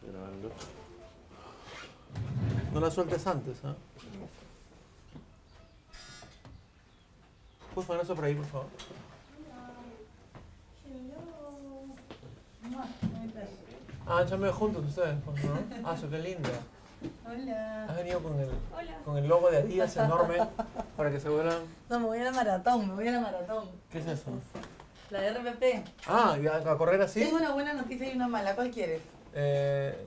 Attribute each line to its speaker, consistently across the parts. Speaker 1: Grabando. No la sueltes antes, ¿ah? Puedes poner eso por ahí, por favor. Ah, ya me veo juntos ustedes, pues, ¿no? Ah, eso, qué linda. Has
Speaker 2: Hola.
Speaker 1: venido con el,
Speaker 3: Hola.
Speaker 1: con el logo de Adidas enorme para que se vuelan.
Speaker 2: No, me voy a la maratón, me voy a la maratón.
Speaker 1: ¿Qué es eso?
Speaker 2: La de RPP.
Speaker 1: Ah, ¿y a, a correr así?
Speaker 2: Tengo una buena noticia y una mala, ¿cuál quieres?
Speaker 1: Eh,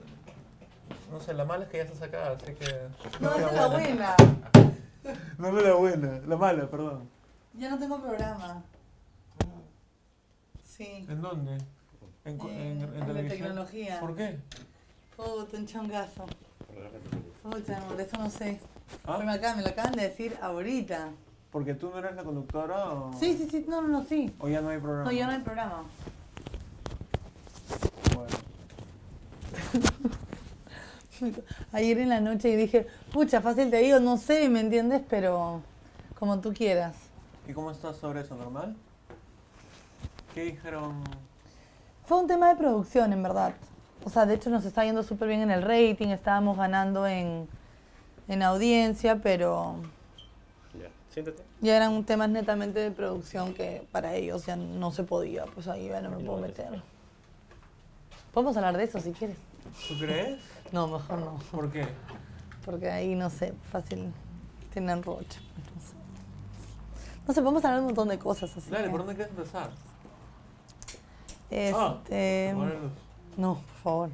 Speaker 1: no sé, la mala es que ya estás acá, así que.
Speaker 2: No, esa es la buena.
Speaker 1: No, no la buena, la mala, perdón.
Speaker 2: Ya no tengo programa. Sí.
Speaker 1: ¿En dónde? ¿En, cu-
Speaker 2: Eh,
Speaker 1: en, en
Speaker 2: la
Speaker 1: televisión?
Speaker 2: tecnología.
Speaker 1: ¿Por qué?
Speaker 2: Puta, un chongazo. Puta, por eso no sé.
Speaker 1: ¿Ah?
Speaker 2: Pero me, acaban, me lo acaban de decir ahorita.
Speaker 1: ¿Porque tú no eres la conductora o.?
Speaker 2: Sí, sí, sí, no, no, no, sí.
Speaker 1: ¿O ya no hay programa?
Speaker 2: No, ya no hay programa.
Speaker 1: Bueno.
Speaker 2: Ayer en la noche y dije, pucha, fácil te digo, no sé, ¿me entiendes? Pero como tú quieras.
Speaker 1: ¿Y cómo estás sobre eso? ¿Normal? ¿Qué dijeron?
Speaker 2: Fue un tema de producción, en verdad. O sea, de hecho nos está yendo súper bien en el rating, estábamos ganando en, en audiencia, pero
Speaker 4: Ya, siéntate.
Speaker 2: ya eran temas netamente de producción que para ellos ya no se podía, pues ahí ya no me puedo meter. Podemos hablar de eso si quieres.
Speaker 1: ¿Tú crees?
Speaker 2: No, mejor no,
Speaker 1: ¿Por qué?
Speaker 2: porque ahí no sé, fácil tienen rocha. pues, No sé. No sé, podemos hablar de un montón de cosas así. ¿eh?
Speaker 1: Dale,
Speaker 2: que-
Speaker 1: ¿por dónde quieres empezar? Ah,
Speaker 2: Este,
Speaker 1: Apagar la luz.
Speaker 2: No, por favor.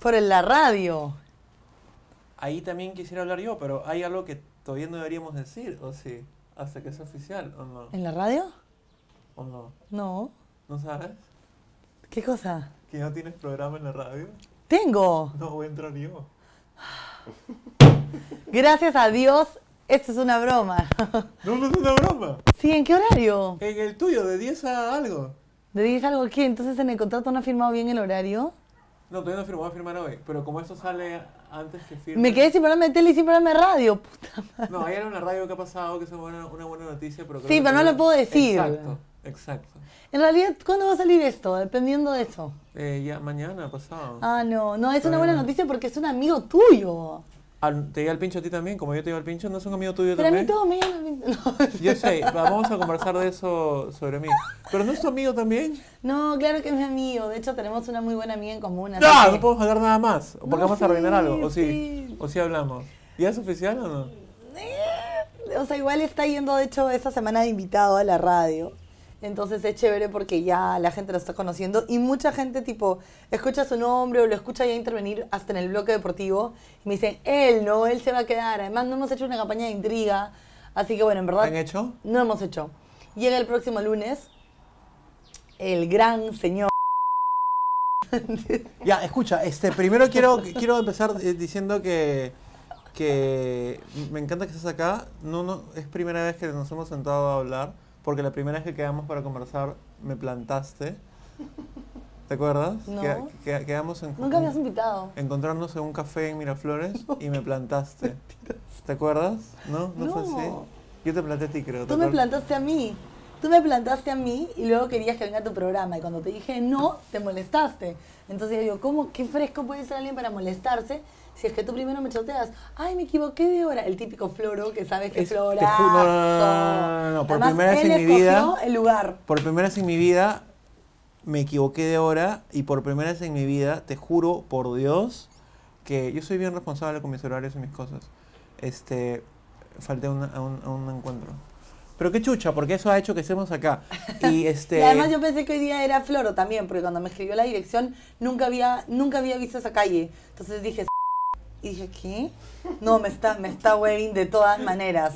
Speaker 2: Por el- la radio.
Speaker 1: Ahí también quisiera hablar yo, pero hay algo que todavía no deberíamos decir, ¿o sí? Hasta que sea oficial, ¿o no?
Speaker 2: ¿En la radio?
Speaker 1: ¿O no?
Speaker 2: No.
Speaker 1: ¿No sabes?
Speaker 2: ¿Qué cosa?
Speaker 1: ¿Que no tienes programa en la radio?
Speaker 2: Tengo.
Speaker 1: No voy a entrar yo.
Speaker 2: Gracias a Dios, esto es una broma.
Speaker 1: No, no es una broma.
Speaker 2: ¿Sí? ¿En qué horario?
Speaker 1: En el tuyo, de 10 a algo.
Speaker 2: ¿Le dices algo aquí? Entonces en el contrato no ha firmado bien el horario.
Speaker 1: No, todavía no firmo, voy a firmar hoy. Pero como eso sale antes que firme.
Speaker 2: Me quedé sin programa de tele y sin programa de radio. Puta madre.
Speaker 1: No, hay algo en la radio que ha pasado que es una buena, una buena noticia, pero creo
Speaker 2: Sí,
Speaker 1: que
Speaker 2: pero no
Speaker 1: todavía-
Speaker 2: lo puedo decir.
Speaker 1: Exacto, exacto.
Speaker 2: En realidad, ¿cuándo va a salir esto? Dependiendo de eso.
Speaker 1: Eh, ya mañana, pasado.
Speaker 2: Ah, no. No, es una
Speaker 1: Todavía
Speaker 2: buena
Speaker 1: no.
Speaker 2: noticia porque es un amigo tuyo.
Speaker 1: Al- te llega el pincho a ti también, como yo te digo al pincho, ¿no es un amigo tuyo
Speaker 2: Pero a mí
Speaker 1: también?
Speaker 2: todo me... No.
Speaker 1: Yo sé, va- vamos a conversar de eso sobre mí. ¿Pero no es tu amigo también?
Speaker 2: No, claro que es mi amigo. De hecho, tenemos una muy buena amiga en común. así
Speaker 1: ¡Ah!
Speaker 2: que-
Speaker 1: No podemos hablar nada más, porque
Speaker 2: No,
Speaker 1: vamos a arruinar
Speaker 2: sí,
Speaker 1: algo, o sí,
Speaker 2: sí.
Speaker 1: o sí hablamos. ¿Ya es oficial o no?
Speaker 2: Eh, O sea, igual está yendo, de hecho, esta semana de invitado a la radio. Entonces es chévere porque ya la gente lo está conociendo y mucha gente, tipo, escucha su nombre o lo escucha ya intervenir hasta en el bloque deportivo y me dicen, él no, él se va a quedar. Además, no hemos hecho una campaña de intriga. Así que bueno, en verdad.
Speaker 1: ¿Han hecho?
Speaker 2: No hemos hecho. Llega el próximo lunes el gran señor.
Speaker 1: Ya, escucha, este, primero quiero, quiero empezar eh, diciendo que, que me encanta que estés acá. No, no, es primera vez que nos hemos sentado a hablar, porque la primera vez que quedamos para conversar me plantaste. ¿Te acuerdas?
Speaker 2: No.
Speaker 1: Que- que- quedamos en
Speaker 2: Nunca me has invitado.
Speaker 1: encontrarnos en un café en Miraflores y me plantaste. ¿Te acuerdas? ¿No? ¿No, fue así?
Speaker 2: No.
Speaker 1: Yo te planté a ti, creo. ¿te
Speaker 2: Tú me
Speaker 1: acuerdas?
Speaker 2: plantaste a mí. Tú me plantaste a mí y luego querías que venga a tu programa. Y cuando te dije no, te molestaste. Entonces yo, ¿cómo? ¿Qué fresco puede ser alguien para molestarse? Si es que tú primero me choteas. Ay, me equivoqué de hora. El típico floro que sabes que
Speaker 1: Es-
Speaker 2: es
Speaker 1: te ju-
Speaker 2: florazo.
Speaker 1: no, no, no, no, no, por
Speaker 2: Además,
Speaker 1: primera vez
Speaker 2: él
Speaker 1: en mi vida-
Speaker 2: escogió el lugar.
Speaker 1: Por primera vez en mi vida me equivoqué de hora y por primera vez en mi vida, te juro por Dios, que yo soy bien responsable con mis horarios y mis cosas. Este, falté a una- a un, a un encuentro. Pero qué chucha, porque eso ha hecho que estemos acá. Y este...
Speaker 2: Y además yo pensé que hoy día era Floro también, porque cuando me escribió la dirección nunca había, nunca había visto esa calle. Entonces dije, y dije, ¿qué? No, me está, me está webbing de todas maneras.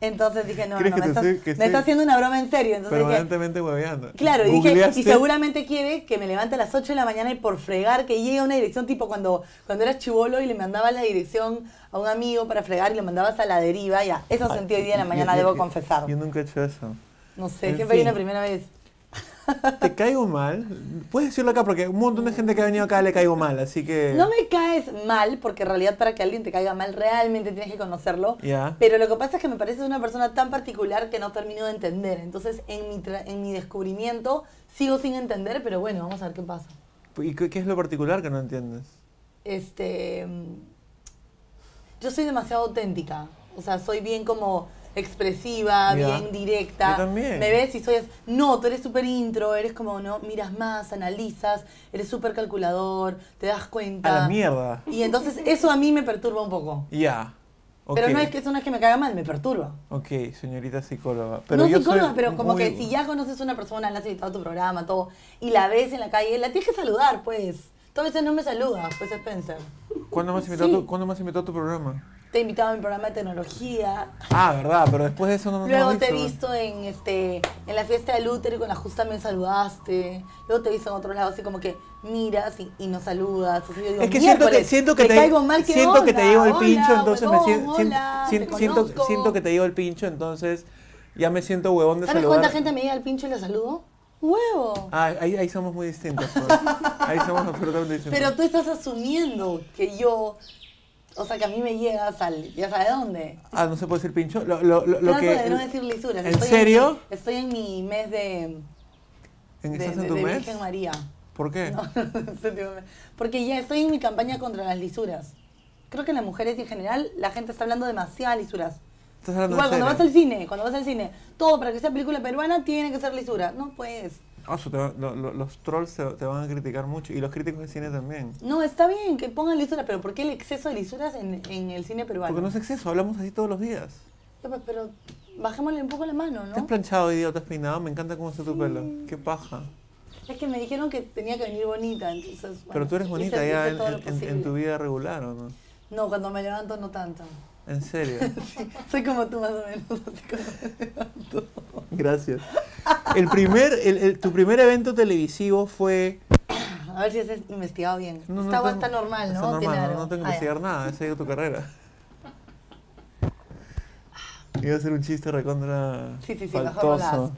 Speaker 2: Entonces dije, no, no,
Speaker 1: ¿Crees
Speaker 2: no,
Speaker 1: que
Speaker 2: me,
Speaker 1: te
Speaker 2: estás-
Speaker 1: estoy- que
Speaker 2: me
Speaker 1: estoy-
Speaker 2: está haciendo una broma en serio. Entonces dije,
Speaker 1: permanentemente hueveando.
Speaker 2: Claro, y dije,
Speaker 1: Googleaste.
Speaker 2: y seguramente quiere que me levante a las 8 de la mañana y por fregar que llegue a una dirección, tipo cuando, cuando eras chivolo y le mandabas la dirección a un amigo para fregar y le mandabas a la deriva, ya, eso
Speaker 1: Ay,
Speaker 2: sentí hoy día en la
Speaker 1: yo-
Speaker 2: mañana,
Speaker 1: yo-
Speaker 2: debo
Speaker 1: yo-
Speaker 2: confesar.
Speaker 1: Yo nunca he hecho eso.
Speaker 2: no sé,
Speaker 1: en
Speaker 2: siempre hay
Speaker 1: fin.
Speaker 2: una primera vez.
Speaker 1: ¿Te caigo mal? Puedes decirlo acá porque un montón de gente que ha venido acá le caigo mal, así que...
Speaker 2: No me caes mal, porque en realidad para que alguien te caiga mal realmente tienes que conocerlo.
Speaker 1: Ya.
Speaker 2: Pero lo que pasa es que me pareces una persona tan particular que no termino de entender. Entonces, en mi, tra- en mi descubrimiento sigo sin entender, pero bueno, vamos a ver qué pasa.
Speaker 1: ¿Y qué, qué es lo particular que no entiendes?
Speaker 2: este mm, yo soy demasiado auténtica o sea soy bien como expresiva
Speaker 1: Ya.
Speaker 2: bien directa
Speaker 1: Yo también.
Speaker 2: me ves y soy as- no tú eres súper intro eres como no miras más analizas eres súper calculador te das
Speaker 1: A
Speaker 2: cuenta
Speaker 1: la mierda.
Speaker 2: y entonces eso a mí me perturba un poco
Speaker 1: Ya. Ok.
Speaker 2: pero no es que eso no es que me caiga mal me perturba
Speaker 1: Ok, señorita psicóloga. Pero
Speaker 2: no
Speaker 1: yo
Speaker 2: psicóloga,
Speaker 1: soy
Speaker 2: pero como
Speaker 1: muy-
Speaker 2: que si ya conoces a una persona, la has invitado a tu programa, todo, y la ves en la calle, la tienes que saludar, pues. Tú a veces no me saludas, pues Spencer.
Speaker 1: ¿Cuándo me has invitado,
Speaker 2: Sí.
Speaker 1: a tu- ¿cuándo me has invitado a tu programa?
Speaker 2: Te he invitado a mi programa de tecnología,
Speaker 1: Ah, verdad, pero después de eso Ah, no no
Speaker 2: Luego
Speaker 1: has
Speaker 2: te he visto en este en la fiesta del útero y con la justa me saludaste. Luego te he visto en otros lados así como que miras y, y no saludas. Así yo digo,
Speaker 1: Es que siento que,
Speaker 2: "Miércoles,
Speaker 1: siento que
Speaker 2: me
Speaker 1: te
Speaker 2: caigo mal, ¿qué
Speaker 1: siento que te
Speaker 2: onda?
Speaker 1: llevo el
Speaker 2: Hola,
Speaker 1: pincho, entonces me
Speaker 2: huevón,
Speaker 1: sien- sien-
Speaker 2: hola,
Speaker 1: sien-
Speaker 2: te
Speaker 1: siento
Speaker 2: conozco.
Speaker 1: siento que te llevo el pincho, entonces ya me siento huevón de
Speaker 2: ¿Sabes
Speaker 1: saludar.
Speaker 2: cuánta gente me llega al pincho y la saludo? ¡Huevo!
Speaker 1: Ah, ahí, ahí somos muy distintos. pues. Ahí somos absolutamente distintos.
Speaker 2: Pero tú estás asumiendo que yo, o sea, que a mí me llegas al, ya sabes dónde.
Speaker 1: Ah, no se puede decir pincho. Lo, lo- lo- lo
Speaker 2: Trato
Speaker 1: que
Speaker 2: de no decir lisuras.
Speaker 1: ¿En
Speaker 2: Estoy
Speaker 1: serio?
Speaker 2: mi- estoy en mi mes de,
Speaker 1: ¿En-
Speaker 2: de,
Speaker 1: ¿Estás en
Speaker 2: de-
Speaker 1: tu
Speaker 2: de
Speaker 1: mes?
Speaker 2: Virgen María.
Speaker 1: ¿Por qué?
Speaker 2: No, ese tipo de- Porque ya estoy en mi campaña contra las lisuras. Creo que en las mujeres y en general la gente está hablando demasiadas lisuras.
Speaker 1: Estás hablando
Speaker 2: Igual
Speaker 1: en
Speaker 2: cuando vas
Speaker 1: serio.
Speaker 2: al cine, cuando vas al cine, todo para que sea película peruana tiene que ser lisura. No pues.
Speaker 1: Ah, su- te va- lo- lo- los trolls te, te van a criticar mucho y los críticos de cine también.
Speaker 2: No, está bien que pongan lisura, pero ¿por qué el exceso de lisuras en, en el cine peruano?
Speaker 1: Porque no es exceso, hablamos así todos los días.
Speaker 2: Ya, pues, Pero bajémosle un poco la mano,
Speaker 1: ¿Te has
Speaker 2: ¿no?
Speaker 1: planchado hoy día o te has peinado? Me encanta cómo está tu pelo. Qué paja.
Speaker 2: Es que me dijeron que tenía que venir bonita, entonces.
Speaker 1: Pero
Speaker 2: bueno,
Speaker 1: tú eres
Speaker 2: hice-
Speaker 1: bonita
Speaker 2: hice
Speaker 1: ya en,
Speaker 2: todo lo
Speaker 1: en- en- en tu
Speaker 2: posible.
Speaker 1: vida regular, ¿o no?
Speaker 2: No, cuando me levanto no tanto.
Speaker 1: En serio.
Speaker 2: Soy como tú más o menos. así como-
Speaker 1: Gracias. El primer, el- el- tu primer evento televisivo fue...
Speaker 2: A ver si has investigado bien.
Speaker 1: No, no
Speaker 2: Esta agua
Speaker 1: tengo-
Speaker 2: está normal, ¿no?
Speaker 1: Está normal,
Speaker 2: Tiene
Speaker 1: no,
Speaker 2: algo.
Speaker 1: no tengo que
Speaker 2: Ah, ya.
Speaker 1: investigar nada, he seguido tu carrera. Iba a ser un chiste recontra
Speaker 2: Sí, sí, sí, mejor no lo
Speaker 1: faltoso.
Speaker 2: hagas.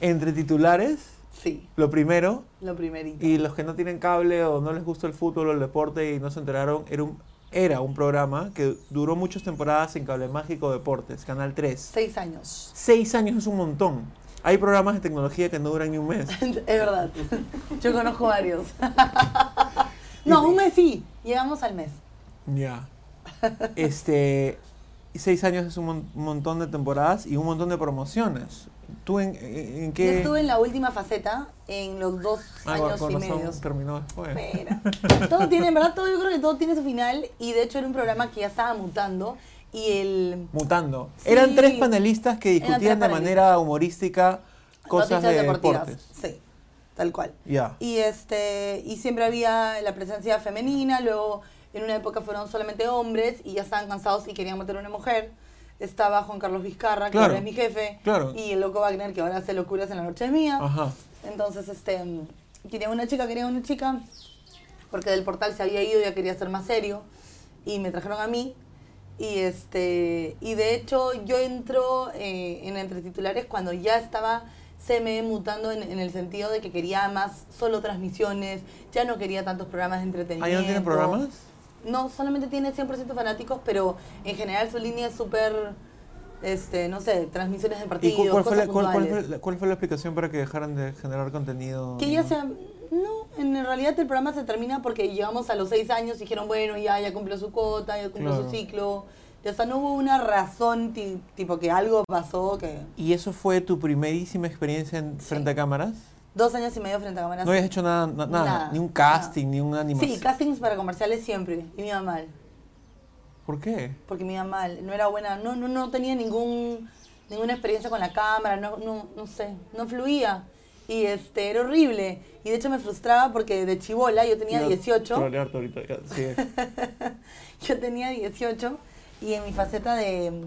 Speaker 1: Entre titulares,
Speaker 2: Sí,
Speaker 1: lo primero,
Speaker 2: lo primerito.
Speaker 1: y los que no tienen cable o no les gusta el fútbol o el deporte y no se enteraron, era un, era un programa que duró muchas temporadas en Cable Mágico Deportes, Canal 3.
Speaker 2: Seis años.
Speaker 1: Seis años es un montón. Hay programas de tecnología que no duran ni un mes.
Speaker 2: es verdad. Yo conozco varios. no, un mes sí. Llegamos al mes.
Speaker 1: Ya. Este. y Seis años es un mon- montón de temporadas y un montón de promociones. ¿Tú en, en- en qué?
Speaker 2: Yo estuve en la última faceta en los dos
Speaker 1: Ah, con-
Speaker 2: años
Speaker 1: con
Speaker 2: y
Speaker 1: razón,
Speaker 2: medio.
Speaker 1: terminó después.
Speaker 2: Espera. Todo tiene, en verdad, todo, yo creo que todo tiene su final. Y de hecho era un programa que ya estaba mutando. Y el.
Speaker 1: Mutando.
Speaker 2: Sí.
Speaker 1: Eran tres panelistas que
Speaker 2: Eran
Speaker 1: discutían
Speaker 2: tres
Speaker 1: de
Speaker 2: panelistas.
Speaker 1: manera humorística cosas
Speaker 2: noticias
Speaker 1: de
Speaker 2: deportivas.
Speaker 1: deportes.
Speaker 2: Sí, tal cual.
Speaker 1: Ya.
Speaker 2: Y este y siempre había la presencia femenina, luego en una época fueron solamente hombres y ya estaban cansados y querían meter una mujer. Estaba Juan Carlos Vizcarra, que
Speaker 1: Claro.
Speaker 2: ahora es mi jefe,
Speaker 1: Claro.
Speaker 2: y el loco Wagner, que ahora hace locuras en la noche es mía.
Speaker 1: Ajá.
Speaker 2: Entonces, este, mm, quería una chica, quería una chica, porque del portal se había ido, ya quería ser más serio, y me trajeron a mí. Y este, y de hecho yo entro eh, en entre titulares cuando ya estaba CME mutando en, en el sentido de que quería más solo transmisiones, ya no quería tantos programas de entretenimiento.
Speaker 1: ¿Ahí no tienen programas?
Speaker 2: No, solamente tiene 100% fanáticos, pero en general su línea es súper, este, no sé, transmisiones de
Speaker 1: ¿Y
Speaker 2: partidos,
Speaker 1: cu- cuál, fue
Speaker 2: cosas
Speaker 1: la, cuál- cuál
Speaker 2: puntuales.
Speaker 1: fue la- cuál fue la explicación para que dejaran de generar contenido?
Speaker 2: Que ya sea. No, en realidad el programa se termina porque llegamos a los seis años y dijeron, bueno, ya, ya cumplió su cuota, ya cumplió
Speaker 1: Claro.
Speaker 2: su ciclo. Ya, o sea, no hubo una razón, ti- tipo que algo pasó, que
Speaker 1: ¿Y eso fue tu primerísima experiencia en frente a cámaras?
Speaker 2: dos años y medio frente a cámaras.
Speaker 1: ¿No habías hecho nada, na- nada,
Speaker 2: Nada,
Speaker 1: Ni un casting, ni una animación.
Speaker 2: Sí, castings para comerciales siempre. Y me iba mal.
Speaker 1: ¿Por qué?
Speaker 2: Porque me iba mal. No era buena. No, no, no tenía ningún, ninguna experiencia con la cámara. No, no, no sé. No fluía. Y este, era horrible. Y de hecho me frustraba porque de chivola yo tenía
Speaker 1: Iba a
Speaker 2: 18.
Speaker 1: trolearte ahorita, ya, sigue.
Speaker 2: Yo tenía 18 y en mi faceta de...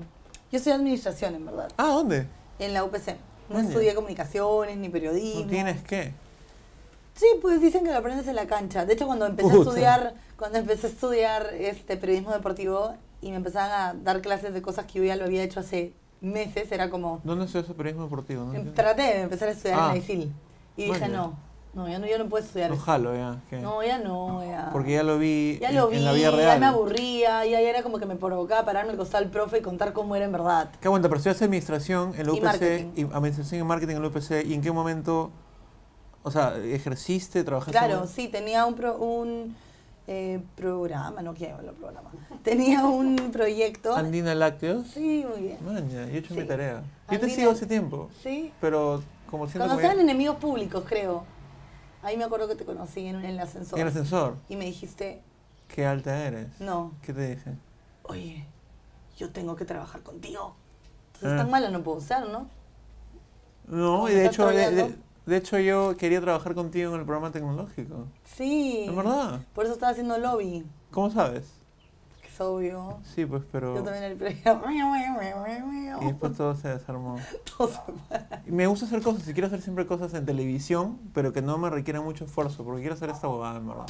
Speaker 2: Yo soy administración, en verdad,
Speaker 1: ah, ¿dónde?
Speaker 2: en la UPC. No
Speaker 1: Oye.
Speaker 2: estudié comunicaciones ni
Speaker 1: No
Speaker 2: periodismo.
Speaker 1: tienes qué.
Speaker 2: Sí, pues dicen que lo aprendes en la cancha. De hecho, cuando empecé
Speaker 1: Puta.
Speaker 2: a estudiar, cuando empecé a estudiar este periodismo deportivo y me empezaban a dar clases de cosas que yo ya lo había hecho hace meses, era como
Speaker 1: ¿Dónde estudias periodismo deportivo? No,
Speaker 2: em-
Speaker 1: entiendo.
Speaker 2: traté de empezar a estudiar
Speaker 1: Ah.
Speaker 2: en la ISIL y dije,
Speaker 1: Vaya.
Speaker 2: "No, no, yo no yo no puedo estudiar
Speaker 1: No
Speaker 2: eso.
Speaker 1: jalo ya. ¿qué?
Speaker 2: No, ya no, ya.
Speaker 1: Porque ya lo vi,
Speaker 2: Ya
Speaker 1: en,
Speaker 2: lo vi,
Speaker 1: en la vida real.
Speaker 2: ya me aburría, ya, ya era como que me provocaba pararme al costado del profe y contar cómo era en verdad.
Speaker 1: Qué aguanta, pero estudias administración en la
Speaker 2: Y
Speaker 1: UPC,
Speaker 2: marketing.
Speaker 1: y administración y marketing en la UPC, ¿y en qué momento? O sea, ejerciste, trabajaste.
Speaker 2: Claro,
Speaker 1: en-
Speaker 2: sí, tenía un, pro- un eh, programa, no quiero hablar programa. Tenía un proyecto.
Speaker 1: Andina Lácteos.
Speaker 2: Sí, muy bien.
Speaker 1: Maña, yo he hecho mi
Speaker 2: Sí.
Speaker 1: tarea. Yo te
Speaker 2: Andina-
Speaker 1: sigo hace tiempo,
Speaker 2: Sí.
Speaker 1: pero como siento
Speaker 2: Cuando
Speaker 1: que
Speaker 2: eran enemigos públicos, creo. Ahí me acuerdo que te conocí en, un- en el ascensor.
Speaker 1: en el ascensor,
Speaker 2: Y me dijiste,
Speaker 1: qué alta eres.
Speaker 2: no,
Speaker 1: ¿Qué te dije?
Speaker 2: oye, yo tengo que trabajar contigo. Entonces
Speaker 1: Ah.
Speaker 2: tan mala no puedo ser, ¿no?
Speaker 1: No,
Speaker 2: ¿Cómo
Speaker 1: y de
Speaker 2: estás
Speaker 1: hecho, de,
Speaker 2: troleando?
Speaker 1: de- de hecho yo quería trabajar contigo en el programa tecnológico.
Speaker 2: Sí.
Speaker 1: ¿Es verdad?
Speaker 2: Por eso estaba haciendo lobby,
Speaker 1: ¿Cómo sabes?
Speaker 2: que es obvio.
Speaker 1: Sí, pues, pero...
Speaker 2: Yo también en el programa.
Speaker 1: Y después todo se desarmó.
Speaker 2: Todo se
Speaker 1: Y me gusta hacer cosas, y quiero hacer siempre cosas en televisión, pero que no me requieran mucho esfuerzo, porque quiero hacer esta bobada, en verdad.